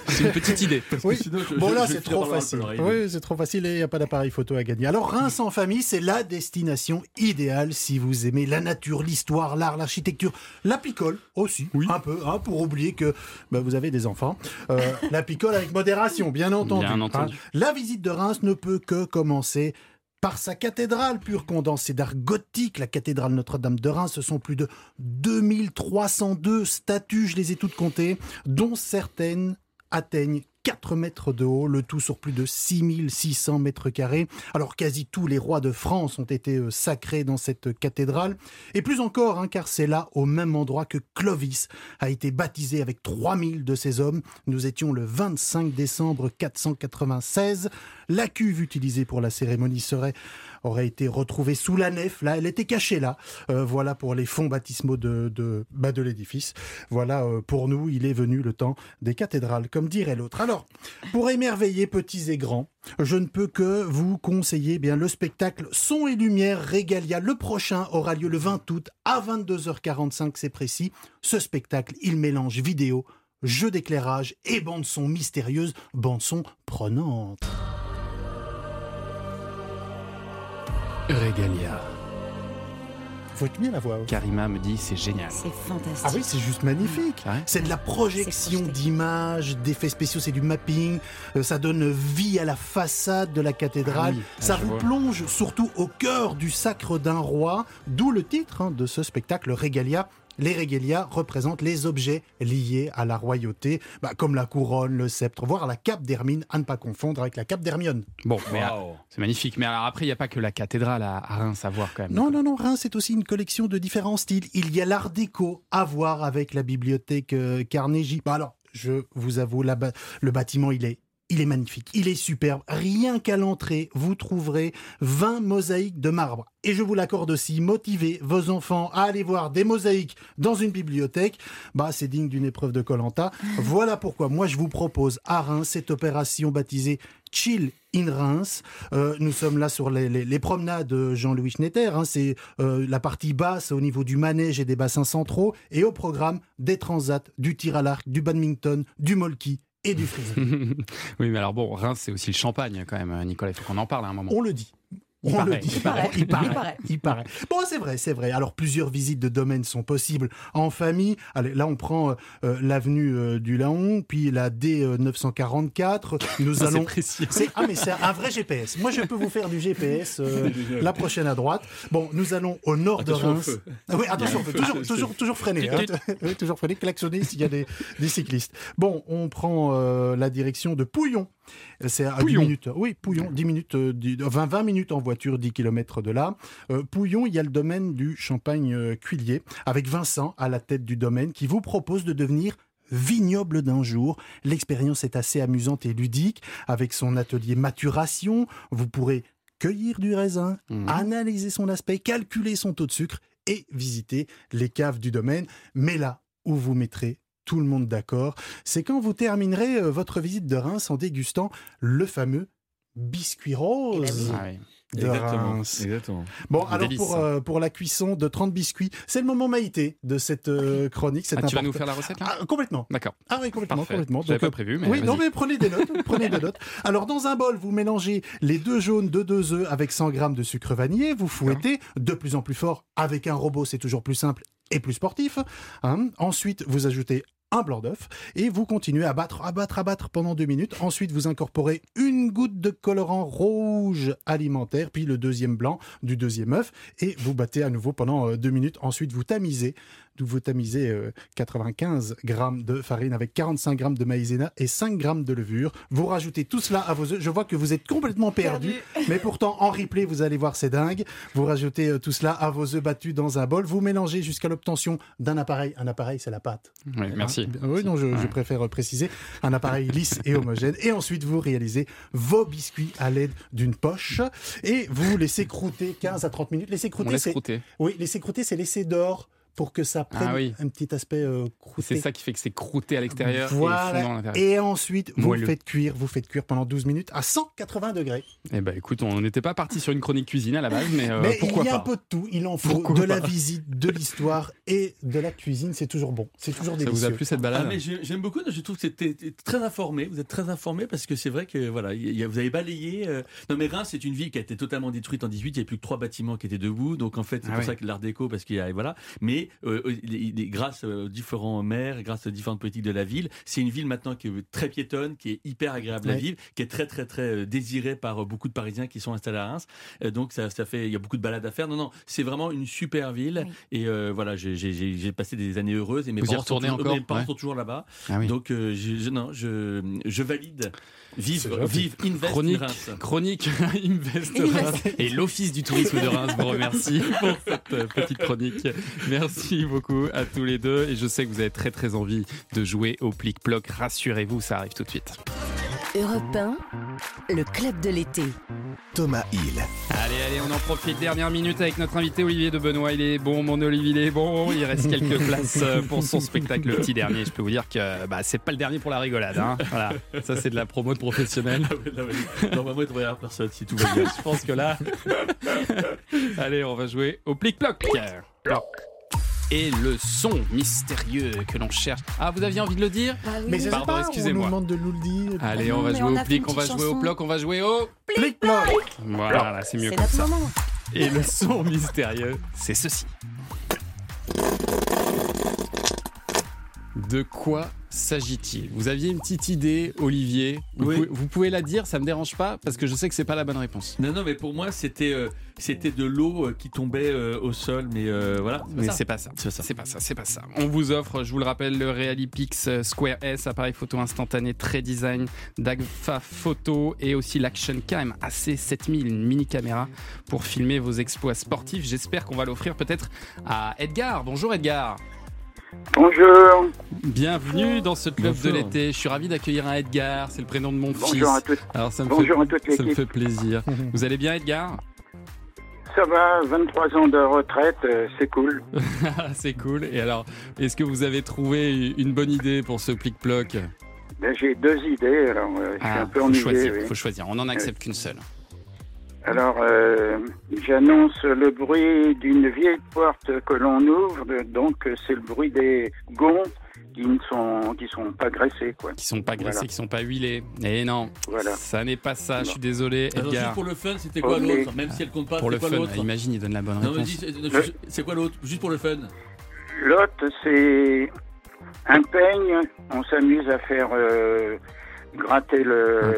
Speaker 3: C'est une petite idée.
Speaker 2: Oui.
Speaker 4: sinon, je-
Speaker 2: bon
Speaker 4: je-
Speaker 2: là
Speaker 4: je
Speaker 2: c'est
Speaker 4: vais
Speaker 2: trop
Speaker 4: avoir mal
Speaker 2: facile.
Speaker 4: à l'oreille.
Speaker 2: Oui, c'est trop facile et il n'y a pas d'appareil photo à gagner. Alors Reims en famille, c'est la destination idéale si vous aimez la nature, l'histoire, l'art, l'architecture, la picole aussi, un peu, hein, pour oublier que bah, vous avez des enfants. Euh, la picole avec modération, bien entendu. Hein.
Speaker 3: Bien entendu.
Speaker 2: La visite de Reims ne peut que commencer par sa cathédrale pure condensée d'art gothique, la cathédrale Notre-Dame de Reims, ce sont plus de 2302 statues, je les ai toutes comptées, dont certaines atteignent 4 mètres de haut, le tout sur plus de 6600 mètres carrés. Alors quasi tous les rois de France ont été euh, sacrés dans cette cathédrale. Et plus encore, hein, car c'est là, au même endroit que Clovis a été baptisé avec 3000 de ses hommes. Nous étions le 25 décembre 496. La cuve utilisée pour la cérémonie serait aurait été retrouvée sous la nef. Là, elle était cachée là. Euh, voilà pour les fonds baptismaux de, de, bah, de l'édifice. Voilà euh, pour nous, il est venu le temps des cathédrales, comme dirait l'autre. Alors, pour émerveiller petits et grands, je ne peux que vous conseiller eh bien le spectacle Son et Lumière Régalia. Le prochain aura lieu le 20 août à 22h45, c'est précis. Ce spectacle, il mélange vidéo, jeu d'éclairage et bande son mystérieuse, bande son prenante.
Speaker 3: Régalia.
Speaker 2: Faut être bien la voix. hein.
Speaker 3: Karima me dit, c'est génial.
Speaker 5: C'est fantastique.
Speaker 2: Ah oui, c'est juste magnifique.
Speaker 3: Ah
Speaker 2: C'est de la projection d'images, d'effets spéciaux, c'est du mapping. Euh, ça donne vie à la façade de la cathédrale.
Speaker 3: Ah oui, ah,
Speaker 2: ça
Speaker 3: je
Speaker 2: vous
Speaker 3: vois.
Speaker 2: plonge surtout au cœur du sacre d'un roi, d'où le titre hein, de ce spectacle Regalia. Les regalia représentent les objets liés à la royauté, bah, comme la couronne, le sceptre, voire la cape d'Hermine, à ne pas confondre avec la cape d'Hermione.
Speaker 3: Bon, mais, ah, c'est magnifique. Mais alors après, il n'y a pas que la cathédrale à, à Reims à voir quand même.
Speaker 2: Non, non, non, Reims, c'est aussi une collection de différents styles. Il y a l'art déco à voir avec la bibliothèque euh, Carnegie. Bah alors, je vous avoue, la ba- le bâtiment, il est il est magnifique, il est superbe. Rien qu'à l'entrée, vous trouverez 20 mosaïques de marbre. Et je vous l'accorde aussi, motivez vos enfants à aller voir des mosaïques dans une bibliothèque, bah c'est digne d'une épreuve de Colanta. Voilà pourquoi moi je vous propose à Reims cette opération baptisée Chill in Reims. Euh, nous sommes là sur les, les- les promenades euh, Jean-Louis Schnetter. hein. c'est euh, la partie basse au niveau du manège et des bassins centraux. Et au programme, des transats, du tir à l'arc, du badminton, du molki et du frisbee.
Speaker 3: [laughs] oui, mais alors bon, Reims, c'est aussi le champagne quand même, Nicolas. Il faut qu'on en parle à un moment.
Speaker 2: On le dit.
Speaker 3: Il
Speaker 2: On
Speaker 3: paraît,
Speaker 2: le dit.
Speaker 3: il paraît.
Speaker 2: Il paraît. Il paraît. Bon, c'est vrai, c'est vrai. Alors, plusieurs visites de domaines sont possibles en famille. Allez, là, on prend euh, euh, l'avenue euh, du Laon, puis la euh, D944. Nous
Speaker 4: [laughs]
Speaker 3: C'est
Speaker 2: allons.
Speaker 3: précis.
Speaker 2: C'est- Ah, mais c'est un vrai GPS. Moi, je peux vous faire du GPS
Speaker 4: [laughs]
Speaker 2: euh, la prochaine à droite. Bon, nous allons au nord
Speaker 4: Attention
Speaker 2: de
Speaker 4: au
Speaker 2: Reims.
Speaker 4: feu.
Speaker 2: Ah oui, attention,
Speaker 4: Il y a un [laughs]
Speaker 2: au feu.
Speaker 4: feu.
Speaker 2: toujours, toujours, toujours freiner.
Speaker 4: Tut, tut.
Speaker 2: hein. [laughs] Oui, toujours freiner, klaxonner s'il y a des, des cyclistes. Bon, on prend euh, la direction de Pouillon. C'est à 10 minutes. Oui, Pouillon, 10 minutes, euh, dix- 20, 20 minutes en voiture, 10 km de là. Euh, Pouillon, il y a le domaine du champagne euh, Cuillier, avec Vincent à la tête du domaine, qui vous propose de devenir vignoble d'un jour. L'expérience est assez amusante et ludique. Avec son atelier maturation, vous pourrez cueillir du raisin,
Speaker 3: Mmh. Ah
Speaker 2: analyser son aspect, calculer son taux de sucre et visiter les caves du domaine. Mais là où vous mettrez tout le monde d'accord, c'est quand vous terminerez euh, votre visite de Reims en dégustant le fameux biscuit
Speaker 3: Eh ben
Speaker 2: rose.
Speaker 3: Ah,
Speaker 2: de
Speaker 4: Exactement.
Speaker 2: Reims.
Speaker 4: Exactement.
Speaker 2: Bon,
Speaker 4: Des
Speaker 2: alors
Speaker 4: délices.
Speaker 2: pour, euh, pour la cuisson de 30 biscuits, c'est le moment Maïté de cette euh, chronique. c'est
Speaker 3: Ah, tu vas
Speaker 2: important.
Speaker 3: nous faire la recette là
Speaker 2: Ah, Complètement.
Speaker 3: D'accord.
Speaker 2: Ah oui, complètement.
Speaker 3: Parfait.
Speaker 2: complètement.
Speaker 3: Je l'avais
Speaker 2: Donc, euh,
Speaker 3: pas prévu, mais
Speaker 2: Oui, non,
Speaker 3: vas-y.
Speaker 2: mais prenez des notes. [laughs] Prenez des notes. Alors, dans un bol, vous mélangez les deux jaunes de deux œufs avec 100 grammes de sucre vanillé. Vous fouettez de plus en plus fort avec un robot, c'est toujours plus simple et plus sportif. hein. Ensuite, vous ajoutez un blanc d'œuf et vous continuez à battre, à battre, à battre pendant deux minutes. Ensuite, vous incorporez une goutte de colorant rouge alimentaire, puis le deuxième blanc du deuxième œuf et vous battez à nouveau pendant euh, deux minutes. Ensuite, vous tamisez, d'où vous tamisez euh, 95 grammes de farine avec 45 grammes de maïzena et 5 grammes de levure. Vous rajoutez tout cela à vos œufs. Je vois que vous êtes complètement perdu, mais pourtant en replay, vous allez voir, c'est dingue. Vous rajoutez euh, tout cela à vos œufs battus dans un bol. Vous mélangez jusqu'à l'obtention d'un appareil. Un appareil, c'est la pâte.
Speaker 3: Oui, merci.
Speaker 2: Hein Oui, non, je, je préfère euh, préciser. Un appareil lisse et homogène. Et ensuite, vous réalisez vos biscuits à l'aide d'une poche et vous laissez croûter 15 à 30 minutes. Laissez croûter,
Speaker 3: laisse
Speaker 2: c'est-
Speaker 3: croûter.
Speaker 2: Oui, laisser croûter, c'est laisser d'or pour que ça prenne
Speaker 3: Ah oui.
Speaker 2: un petit aspect euh, croûté.
Speaker 3: C'est ça qui fait que c'est croûté à l'extérieur et fondant à
Speaker 2: Voilà.
Speaker 3: l'intérieur.
Speaker 2: Et ensuite, vous
Speaker 3: Moelleux.
Speaker 2: faites cuire, vous faites cuire pendant 12 minutes à 180 degrés.
Speaker 3: Eh ben écoute, on n'était pas parti sur une chronique cuisine à la base, mais, euh,
Speaker 2: Mais
Speaker 3: pourquoi
Speaker 2: il y a
Speaker 3: pas
Speaker 2: un peu de tout, il en faut
Speaker 3: Pourquoi
Speaker 2: de la
Speaker 3: pas [laughs]
Speaker 2: visite, de l'histoire et de la cuisine, c'est toujours bon, c'est toujours
Speaker 3: Ça vous a
Speaker 2: délicieux.
Speaker 3: plu, cette balade
Speaker 4: Ah, mais j'ai- J'aime beaucoup, je trouve que c'était très informé. Vous êtes très informé parce que c'est vrai que voilà, il y a- vous avez balayé. euh, Non, mais Reims, c'est une ville qui a été totalement détruite en 18. Il n'y a plus que trois bâtiments qui étaient debout. Donc en fait, c'est
Speaker 3: Ah
Speaker 4: pour
Speaker 3: ouais.
Speaker 4: ça que l'art déco, parce qu'il y a. Voilà. Mais euh, euh, il- il- grâce aux différents maires, grâce aux différentes politiques de la ville, c'est une ville maintenant qui est très piétonne, qui est hyper agréable à
Speaker 2: Ouais.
Speaker 4: vivre, qui est très, très, très euh, désirée par euh, beaucoup de Parisiens qui sont installés à Reims. Euh, Donc ça, ça fait. Il y a beaucoup de balades à faire. Non, non, c'est vraiment une super ville. Et euh, voilà, j'ai- j'ai j'ai- j'ai passé des années heureuses. Et mes
Speaker 3: Vous y
Speaker 4: parents sont
Speaker 3: retournez
Speaker 4: toujours-
Speaker 3: encore
Speaker 4: mes parents
Speaker 3: Ouais.
Speaker 4: sont toujours là-bas.
Speaker 3: Ah oui.
Speaker 4: Donc euh, je, je- non, je, je valide. Vive,
Speaker 3: gentil.
Speaker 4: vive Invest
Speaker 3: Chronique-
Speaker 4: Reims.
Speaker 3: Chronique [laughs] Invest Reims et l'Office du tourisme de Reims vous [laughs] remercie pour cette euh, petite chronique. Merci beaucoup à tous les deux et je sais que vous avez très très envie de jouer au plic-ploc. Rassurez-vous, ça arrive tout de suite.
Speaker 1: Europe 1, le club de l'été.
Speaker 3: Thomas Hill. Allez, allez, on en profite. Dernière minute avec notre invité Olivier de Benoît. Il est bon, mon Olivier, il est bon. Il reste quelques [laughs] places euh, pour son spectacle, le petit dernier. Je peux vous dire que bah, c'est pas le dernier pour la rigolade. hein. Voilà, ça c'est de la promo de professionnel.
Speaker 4: Normalement, bah, il devrait y avoir personne si tout
Speaker 3: [laughs]
Speaker 4: va bien.
Speaker 3: Je pense que là. Allez, on va jouer au plic-ploc. Ploc. Et le son mystérieux que l'on cherche. Ah, vous aviez envie de le dire
Speaker 2: Mais je sais
Speaker 3: Pardon,
Speaker 2: pas, on nous
Speaker 3: excusez-moi. Ah.
Speaker 2: demande de nous le dire.
Speaker 3: Allez, on va jouer au plic, on va jouer au ploc, on va jouer au.
Speaker 2: Plic-ploc
Speaker 3: Voilà, c'est mieux
Speaker 2: C'est
Speaker 3: comme
Speaker 2: notre
Speaker 3: ça.
Speaker 2: moment.
Speaker 3: Et le son mystérieux, c'est ceci. De quoi s'agit-il Vous aviez une petite idée, Olivier. Vous, pouvez, vous pouvez la dire, ça me dérange pas, parce que je sais que c'est pas la bonne réponse.
Speaker 4: Non, non, mais pour moi, c'était euh, c'était de l'eau euh, qui tombait euh, au sol, mais euh, voilà.
Speaker 3: Mais c'est pas ça. C'est pas ça, c'est pas ça. On vous offre, je vous le rappelle, le Realipix Square S, appareil photo instantané très design, d'Agfa Photo et aussi l'Action Cam AC7000, une mini caméra pour filmer vos exploits sportifs. J'espère qu'on va l'offrir peut-être à Edgar. Bonjour Edgar.
Speaker 18: Bonjour.
Speaker 3: Bienvenue dans ce club de l'été. Je suis ravi d'accueillir un Edgar. C'est le prénom de mon
Speaker 18: Bonjour
Speaker 3: fils.
Speaker 18: à tous.
Speaker 3: Alors ça me
Speaker 18: Bonjour
Speaker 3: fait,
Speaker 18: à toute
Speaker 3: ça me
Speaker 18: l'équipe.
Speaker 3: fait plaisir. Vous allez bien, Edgar [laughs]
Speaker 18: Ça va, 23 ans de retraite, euh, c'est cool.
Speaker 3: Ah, C'est cool. Et alors, est-ce que vous avez trouvé une bonne idée pour ce plic-ploc
Speaker 18: Ben, J'ai deux idées, alors euh, je suis
Speaker 3: Ah,
Speaker 18: un peu
Speaker 3: faut
Speaker 18: ennuyé.
Speaker 3: choisir.
Speaker 18: oui. Euh,
Speaker 3: Faut choisir. On n'en accepte qu'une seule.
Speaker 18: Alors, euh, j'annonce le bruit d'une vieille porte que l'on ouvre, euh, donc euh, c'est le bruit des gonds qui ne sont, qui sont pas graissés. Quoi.
Speaker 3: Qui sont pas graissés,
Speaker 18: Voilà.
Speaker 3: qui sont pas huilés. Eh non,
Speaker 18: Voilà.
Speaker 3: ça n'est pas ça. Je suis désolé,
Speaker 4: Alors,
Speaker 3: Edgar.
Speaker 4: Ah juste pour le fun, c'était quoi
Speaker 3: Ok.
Speaker 4: l'autre Même si elle compte pas,
Speaker 3: Pour
Speaker 4: c'est
Speaker 3: le
Speaker 4: quoi
Speaker 3: fun,
Speaker 4: l'autre
Speaker 3: imagine, il donne la bonne
Speaker 4: Non, mais
Speaker 3: réponse.
Speaker 4: dis, euh, je- c'est quoi l'autre Juste pour le fun.
Speaker 18: L'autre, c'est un peigne. On s'amuse à faire euh, gratter le,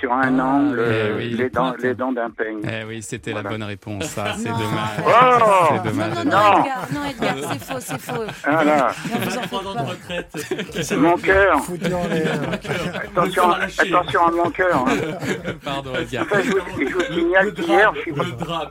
Speaker 18: sur un
Speaker 4: Ah,
Speaker 18: angle euh,
Speaker 3: eh oui, les
Speaker 18: les, dents,
Speaker 3: pointes.
Speaker 18: Euh, les dents d'un peigne.
Speaker 3: Eh oui, c'était la bonne
Speaker 4: [laughs]
Speaker 3: réponse. Ça, c'est dommage.
Speaker 18: Oh
Speaker 3: c'est dommage. Edgar.
Speaker 18: Non, non, non.
Speaker 5: Edgar, non, Edgar, c'est faux, c'est faux.
Speaker 18: Ah là.
Speaker 5: Non, vous en faites pas.
Speaker 4: [laughs]
Speaker 18: Mon cœur.
Speaker 4: Le
Speaker 3: [laughs]
Speaker 18: Attention,
Speaker 4: cœur lâché.
Speaker 18: attention à mon cœur. hein.
Speaker 3: Pardon, Edgar.
Speaker 18: Enfin, je vous, je vous signale qu'hier, je suis pas-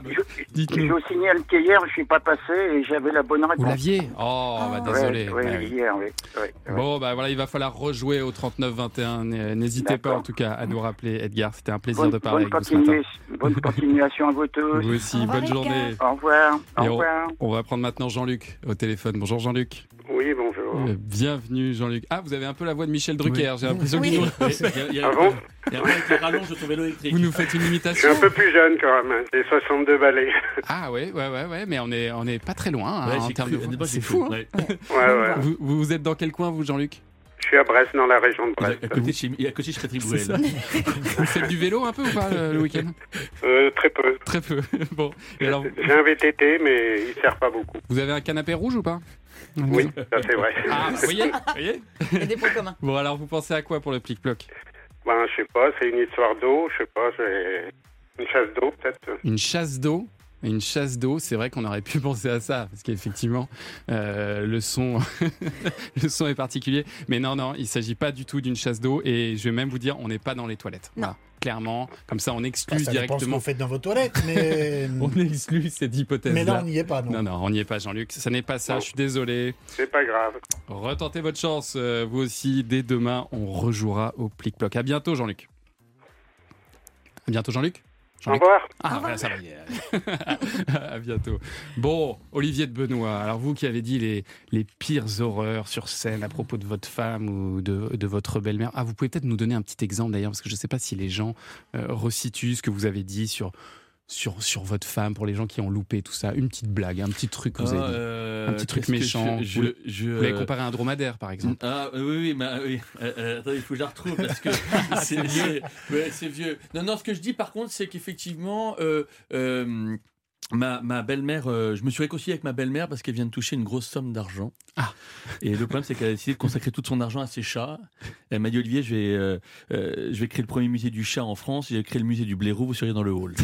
Speaker 18: je, je vous signale qu'hier, je suis pas passé et j'avais la bonne réponse.
Speaker 3: Vous l'aviez Oh,
Speaker 18: Ah,
Speaker 3: bah, désolé.
Speaker 18: Oui,
Speaker 3: Eh oui.
Speaker 18: hier, oui. oui, oui.
Speaker 3: Bon, bah voilà, il va falloir rejouer au 39-21. N- N'hésitez pas en tout cas à nous rappeler, Edgar. C'était un plaisir
Speaker 18: Bonne,
Speaker 3: de parler
Speaker 18: bonne
Speaker 3: avec vous ce matin.
Speaker 18: continu- bonne continuation à vous tous.
Speaker 3: Vous aussi, Au revoir, bonne Edgar. journée.
Speaker 18: Au revoir. Au
Speaker 3: Et on,
Speaker 18: revoir.
Speaker 3: on va prendre maintenant Jean-Luc au téléphone. Bonjour Jean-Luc.
Speaker 19: Oui, bonjour.
Speaker 3: Euh, bienvenue Jean-Luc. Ah, vous avez un peu la voix de Michel Drucker, j'ai l'impression
Speaker 19: Oui.
Speaker 3: qu'il nous...
Speaker 19: Oui.
Speaker 3: Il y a-
Speaker 19: Ah bon
Speaker 3: il y a un peu-
Speaker 4: Rallonge de son vélo électrique.
Speaker 3: Vous nous faites une
Speaker 19: Je suis
Speaker 3: imitation
Speaker 19: un peu plus jeune quand même, hein. j'ai 62 balais. [laughs]
Speaker 3: Ah ouais, ouais, ouais, ouais, mais on est, on est pas très loin hein,
Speaker 19: Ouais,
Speaker 3: en
Speaker 19: j'ai
Speaker 3: termes
Speaker 19: cru,
Speaker 3: de
Speaker 19: au
Speaker 3: voix.
Speaker 19: départ, j'ai
Speaker 3: C'est fou.
Speaker 19: cru,
Speaker 3: hein.
Speaker 19: Ouais, ouais.
Speaker 3: Vous, vous- vous êtes dans quel coin vous, Jean-Luc
Speaker 19: Je suis à Brest, dans la région de Brest.
Speaker 4: À côté de chez, et à côté de chez Tribouel.
Speaker 3: C'est ça. Vous faites du vélo un peu ou pas le, le week-end
Speaker 19: Euh, très peu.
Speaker 3: Très peu. [laughs] Bon. Et alors,
Speaker 19: J'ai un VTT, mais il sert pas beaucoup.
Speaker 3: vous avez un canapé rouge ou pas
Speaker 19: Oui, ça c'est vrai.
Speaker 3: Ah, vous voyez, vous voyez
Speaker 5: Il y a des points communs.
Speaker 3: Bon, alors vous pensez à quoi pour le plic-ploc
Speaker 19: Ben, je sais pas, c'est une histoire d'eau, je sais pas, c'est une chasse d'eau peut-être.
Speaker 3: Une chasse d'eau une chasse d'eau, c'est vrai qu'on aurait pu [laughs] penser à ça, parce qu'effectivement, euh, le, son [laughs] le son est particulier. Mais non, non, il ne s'agit pas du tout d'une chasse d'eau, et je vais même vous dire, on n'est pas dans les toilettes. Voilà. Clairement, comme ça, on exclut
Speaker 2: Bah, ça dépend ce que
Speaker 3: directement.
Speaker 2: vous faites dans vos toilettes,
Speaker 3: [laughs]
Speaker 2: mais...
Speaker 3: on exclut cette hypothèse.
Speaker 2: Mais là, on n'y est pas, non.
Speaker 3: Non, non, on n'y est pas, Jean-Luc. Ça n'est pas ça, je suis désolé.
Speaker 19: C'est pas grave.
Speaker 3: Retentez votre chance, euh, vous aussi. Dès demain, on rejouera au plic-ploc. À bientôt, Jean-Luc. À bientôt, Jean-Luc.
Speaker 19: Au
Speaker 3: Jean-Luc
Speaker 19: revoir.
Speaker 3: Ah, voilà, ça va. [laughs] à bientôt. Bon, Olivier de Benoît, alors vous qui avez dit les, les pires horreurs sur scène à propos de votre femme ou de, de votre belle-mère, ah, vous pouvez peut-être nous donner un petit exemple d'ailleurs, parce que je ne sais pas si les gens euh, resituent ce que vous avez dit sur, sur, sur votre femme, pour les gens qui ont loupé tout ça. Une petite blague, un petit truc que vous
Speaker 4: Ah,
Speaker 3: avez dit.
Speaker 4: euh,
Speaker 3: un petit truc
Speaker 4: qu'est-ce que
Speaker 3: méchant.
Speaker 4: je-
Speaker 3: vous,
Speaker 4: je- je,
Speaker 3: vous l'avez
Speaker 4: euh,
Speaker 3: comparé à un dromadaire, par [laughs] exemple.
Speaker 4: Ah oui, oui, mais, euh, oui. Euh, euh, attendez, il faut que je la retrouve parce
Speaker 3: [laughs]
Speaker 4: que c'est
Speaker 3: C'est
Speaker 4: vieux. Ouais, c'est vieux. Non, non, ce que je dis par contre, c'est qu'effectivement, euh, euh, ma, ma belle-mère, euh, je me suis réconcilié avec ma belle-mère parce qu'elle vient de toucher une grosse somme d'argent.
Speaker 3: Ah.
Speaker 4: Et le problème, c'est qu'elle a décidé de consacrer tout son argent à ses chats. Elle m'a dit, Olivier, je vais, euh, euh, je vais créer le premier musée du chat en France et je vais créer le musée du blaireau, vous seriez dans le hall.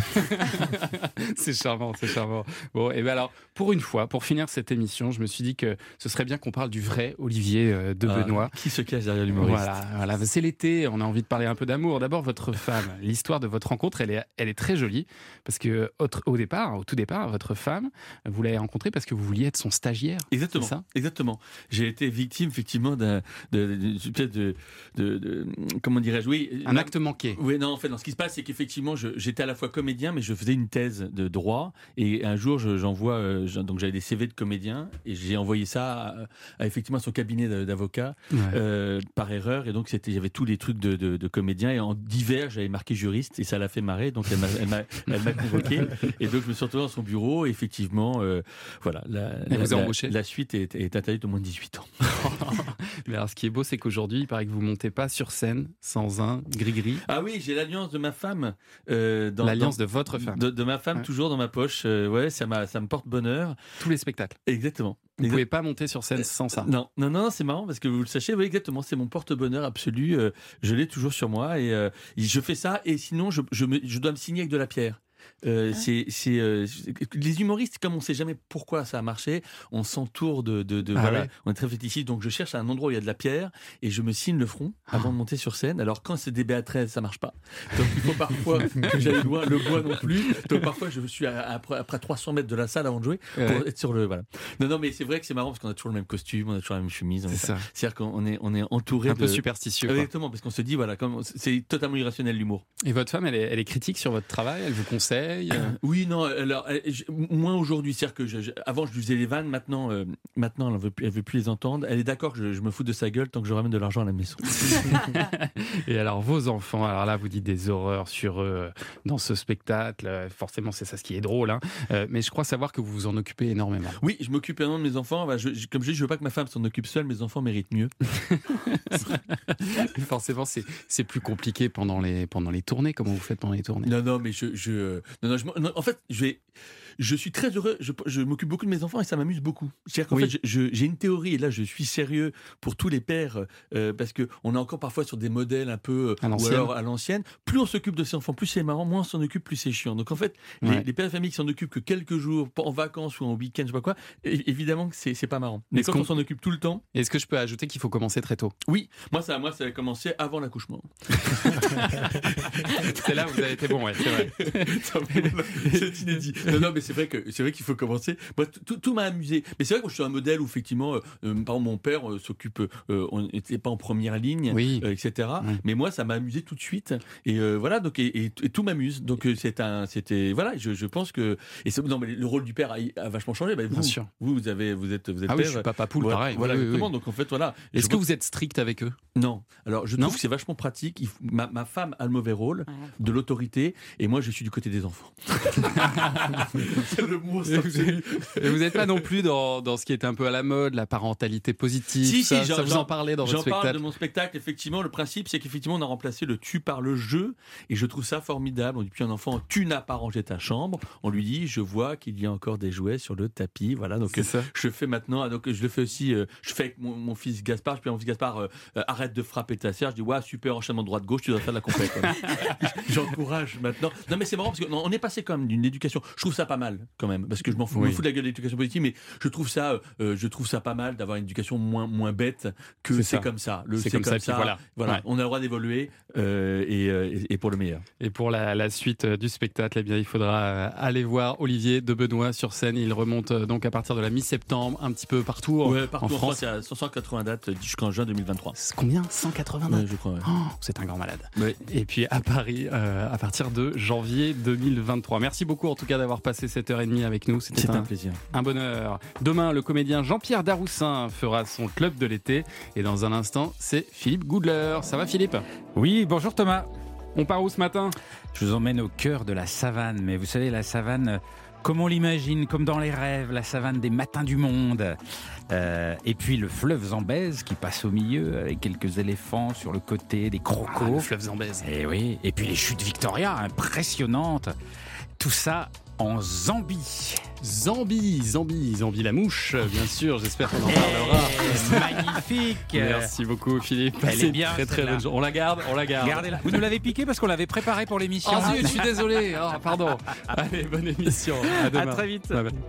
Speaker 3: c'est charmant, c'est charmant. Bon, et ben alors, pour une fois, pour finir cette émission, je me suis dit que ce serait bien qu'on parle du vrai Olivier euh, de
Speaker 4: Ah,
Speaker 3: Benoît.
Speaker 4: Qui se cache derrière l'humoriste
Speaker 3: Voilà, voilà. c'est l'été, on a envie de parler un peu d'amour. D'abord, votre femme, [laughs] l'histoire de votre rencontre, elle est, elle est très jolie parce que autre- au départ, au tout départ, votre femme, vous l'avez rencontrée parce que vous vouliez être son stagiaire.
Speaker 4: Exactement.
Speaker 3: c'est ça
Speaker 4: exactement. J'ai été victime effectivement d'un, de, de- peut-être de, de- de- comment dirais-je, oui,
Speaker 3: Un acte manqué.
Speaker 4: Oui, non, en fait, non, ce qui se passe, c'est qu'effectivement, je- j'étais à la fois comédien, mais je faisais une thèse de droit. Et un jour, je- j'envoie, euh, j'en- donc j'avais des CV de comédiens, et j'ai envoyé ça à, à, effectivement son cabinet d'a- d'avocats
Speaker 3: Ouais.
Speaker 4: euh, par erreur. Et donc, c'était, j'avais tous les trucs de, de, de comédien, et en divers, j'avais marqué juriste, et ça l'a fait marrer. Donc, elle m'a, elle
Speaker 3: [laughs]
Speaker 4: m'a, elle m'a convoqué. Et donc, je me suis retrouvé dans son bureau, et effectivement, euh, voilà. La, la-
Speaker 3: Elle vous a
Speaker 4: la-
Speaker 3: embauché
Speaker 4: La suite est, est interdite au moins de 18 ans.
Speaker 3: [laughs] Mais alors, ce qui est beau, c'est qu'aujourd'hui, il paraît que vous montez pas sur scène sans un gris-gris.
Speaker 4: Ah oui, j'ai l'alliance de ma femme. euh, dans-
Speaker 3: L'alliance
Speaker 4: dans-
Speaker 3: de votre femme.
Speaker 4: De, de ma femme,
Speaker 3: Ouais.
Speaker 4: toujours dans ma poche. Euh, ouais, ça, m'a- ça me porte bonheur.
Speaker 3: Tous les spectacles.
Speaker 4: Exactement.
Speaker 3: Vous pouvez pas monter sur scène sans ça.
Speaker 4: Non, non, non, non, c'est marrant parce que vous le sachez, oui, exactement, c'est mon porte-bonheur absolu. euh, je l'ai toujours sur moi et euh, je fais ça. Et sinon, je, je me- je dois me signer avec de la pierre.
Speaker 3: Ah.
Speaker 4: Euh, c'est, c'est, euh, les humoristes, comme on ne sait jamais pourquoi ça a marché, on s'entoure de. de, de-
Speaker 3: Ah
Speaker 4: voilà,
Speaker 3: ouais.
Speaker 4: On est très fétichiste, donc je cherche un endroit où il y a de la pierre et je me signe le front
Speaker 3: Ah.
Speaker 4: avant de monter sur scène. Alors quand c'est des BA13, ça marche pas. Donc il faut parfois [laughs] que j'aille loin, le bois non plus. Donc parfois je suis à- à- après, après 300 mètres de la salle avant de jouer pour
Speaker 3: Ouais.
Speaker 4: être sur le. Voilà. Non, non, mais c'est vrai que c'est marrant parce qu'on a toujours le même costume, on a toujours la même chemise. on a-
Speaker 3: C'est ça.
Speaker 4: C'est-à-dire qu'on est, on est entouré
Speaker 3: Un peu
Speaker 4: de-
Speaker 3: superstitieux, quoi.
Speaker 4: Exactement, parce qu'on se dit, voilà, comme, c'est totalement irrationnel
Speaker 3: [coughs]
Speaker 4: l'humour.
Speaker 3: Et votre femme, elle est, elle est critique sur votre travail, elle vous conseille. euh,
Speaker 4: Oui, non, alors, euh, je- moins aujourd'hui. C'est-à-dire que je- je- avant, je lui faisais les vannes, maintenant, euh, maintenant elle ne veut, plus- elle veut plus les entendre. Elle est d'accord que je, je me fous de sa gueule tant que je ramène de l'argent à la maison.
Speaker 3: [laughs] Et alors, vos enfants, alors là, vous dites des horreurs sur eux euh, dans ce spectacle. Euh, Forcément, c'est ça ce qui est drôle. hein. Euh, mais je crois savoir que vous vous en occupez énormément.
Speaker 4: Oui, je m'occupe énormément de mes enfants. Bah, je- je- comme je dis, je veux pas que ma femme s'en occupe seule, mes enfants méritent mieux.
Speaker 3: [laughs] Forcément, c'est c'est plus compliqué pendant les, pendant les tournées. Comment vous faites pendant les tournées
Speaker 4: Non, non, mais je, je, euh, non, non, je m'en- non, en fait, je vais, je suis très heureux. Je, je m'occupe beaucoup de mes enfants et ça m'amuse beaucoup. C'est-à-dire qu'en
Speaker 3: Oui.
Speaker 4: fait, je- je- j'ai une théorie et là, je suis sérieux pour tous les pères euh, parce que on est encore parfois sur des modèles un peu euh,
Speaker 3: À
Speaker 4: ou
Speaker 3: l'ancienne.
Speaker 4: alors à l'ancienne. Plus on s'occupe de ses enfants, plus c'est marrant, moins on s'en occupe, plus c'est chiant. Donc en fait, les-
Speaker 3: Ouais.
Speaker 4: les, pères de famille qui s'en occupent que quelques jours, pas en vacances ou en week-end, je sais pas quoi, é- évidemment que c'est c'est pas marrant. Mais
Speaker 3: Est-ce
Speaker 4: quand on
Speaker 3: qu'on-
Speaker 4: s'en occupe tout le temps,
Speaker 3: Est-ce que je peux ajouter qu'il faut commencer très tôt
Speaker 4: oui, moi ça, moi ça a commencé avant l'accouchement.
Speaker 3: C'est là où vous avez été bon, ouais, c'est vrai.
Speaker 4: [laughs] Non, mais non, c'est inédit. Non, non, mais c'est vrai que c'est vrai qu'il faut commencer. Moi, tout- tout tout m'a amusé. Mais c'est vrai que moi, je suis un modèle où effectivement, euh, euh, par exemple, mon père euh, s'occupe, euh, on n'était pas en première ligne, euh, etc. Mais moi, ça m'a amusé tout de suite. Et euh, voilà, donc et, et- et tout m'amuse. Donc euh, c'est un, c'était voilà, je, je pense que et c'est- non, mais le rôle du père a, a vachement changé. Bah, vous,
Speaker 3: Bien sûr.
Speaker 4: Vous, vous avez, vous êtes, vous êtes
Speaker 3: Ah
Speaker 4: père.
Speaker 3: oui, je suis papa poule,
Speaker 4: Voilà,
Speaker 3: pareil.
Speaker 4: Voilà,
Speaker 3: Oui, oui,
Speaker 4: exactement.
Speaker 3: oui.
Speaker 4: Donc en fait, voilà.
Speaker 3: Est-ce que
Speaker 4: vous
Speaker 3: vous êtes strict avec eux
Speaker 4: non. Alors, je trouve que c'est vachement pratique. Il faut- ma, ma femme a le mauvais rôle de l'autorité et moi, je suis du côté des enfants. c'est le monstre absolu.
Speaker 3: Et Euh, vous n'êtes pas non plus dans, dans ce qui est un peu à la mode, la parentalité positive.
Speaker 4: Si,
Speaker 3: ça,
Speaker 4: si, j'en-
Speaker 3: ça vous
Speaker 4: j'en-
Speaker 3: en parlez dans votre
Speaker 4: J'en parle
Speaker 3: spectacle.
Speaker 4: de mon spectacle, effectivement. Le principe, c'est qu'effectivement, on a remplacé le tu par le je. Et je trouve ça formidable. On dit plus un enfant, tu n'as pas rangé ta chambre. On lui dit, je vois qu'il y a encore des jouets sur le tapis. Voilà. Donc,
Speaker 3: C'est
Speaker 4: euh, je fais maintenant, ah, donc je le fais aussi, euh, je fais avec mon, mon fils Gaspard. Je dis à mon fils Gaspard, euh, euh, arrête de frapper ta sœur. Je dis, ouais, super enchaînement droite-gauche, tu dois faire de la compète.
Speaker 3: [laughs]
Speaker 4: quoi. J'encourage maintenant. Non, mais c'est marrant parce qu'on est passé quand même d'une éducation. Je trouve ça pas mal quand même parce que je m'en fous, je me
Speaker 3: Oui.
Speaker 4: fous de la gueule de l'éducation politique, mais je trouve ça, euh, euh, je trouve ça pas mal d'avoir une éducation moins moins bête que
Speaker 3: C'est
Speaker 4: c'est,
Speaker 3: ça.
Speaker 4: comme ça. Le
Speaker 3: C'est comme ça, puis voilà. Ouais.
Speaker 4: On a le droit d'évoluer euh, et, euh, et- et pour le meilleur.
Speaker 3: Et pour la, la suite euh, du spectacle, eh bien, il faudra euh, aller voir Olivier de Benoît sur scène. Il remonte euh, donc à partir de la mi-septembre, un petit peu partout, en-
Speaker 4: Ouais, partout
Speaker 3: en France.
Speaker 4: il y a 180 dates jusqu'en juin 2023.
Speaker 3: Combien 180
Speaker 4: Ouais, je crois. ouais.
Speaker 3: Oh, c'est un grand malade. Et puis à Paris, euh, à partir de janvier 2023. Merci beaucoup en tout cas d'avoir passé cette heure et demie avec nous. C'était
Speaker 4: C'est un plaisir.
Speaker 3: Un bonheur. Demain, le comédien Jean-Pierre Daroussin fera son club de l'été. Et dans un instant, c'est Philippe Goodler. Ça va Philippe
Speaker 20: Oui, bonjour Thomas.
Speaker 3: On part où ce matin
Speaker 20: Je vous emmène au cœur de la savane, mais vous savez, la savane, euh, comme on l'imagine, comme dans les rêves, la savane des matins du monde. Euh, et puis le fleuve Zambèze qui passe au milieu avec quelques éléphants sur le côté, des crocos. Ah, le
Speaker 3: fleuve Zambèze.
Speaker 20: Et Eh oui, et puis les chutes Victoria, impressionnantes. Tout ça en Zambie.
Speaker 3: Zambie, Zambie, Zambie la mouche, euh, bien sûr. J'espère qu'on en parlera.
Speaker 20: Eh, Magnifique.
Speaker 3: Merci beaucoup Philippe.
Speaker 20: Elle
Speaker 3: Passez
Speaker 20: est bien,
Speaker 3: Très très
Speaker 20: celle-là.
Speaker 3: bonne journée. On la garde, on la garde.
Speaker 20: Gardez-la. Vous nous l'avez piqué parce qu'on l'avait préparé pour l'émission. [laughs]
Speaker 3: Oh zut, je suis désolé. Oh, pardon. Allez, bonne émission. À demain.
Speaker 20: très vite.
Speaker 3: Bye bye.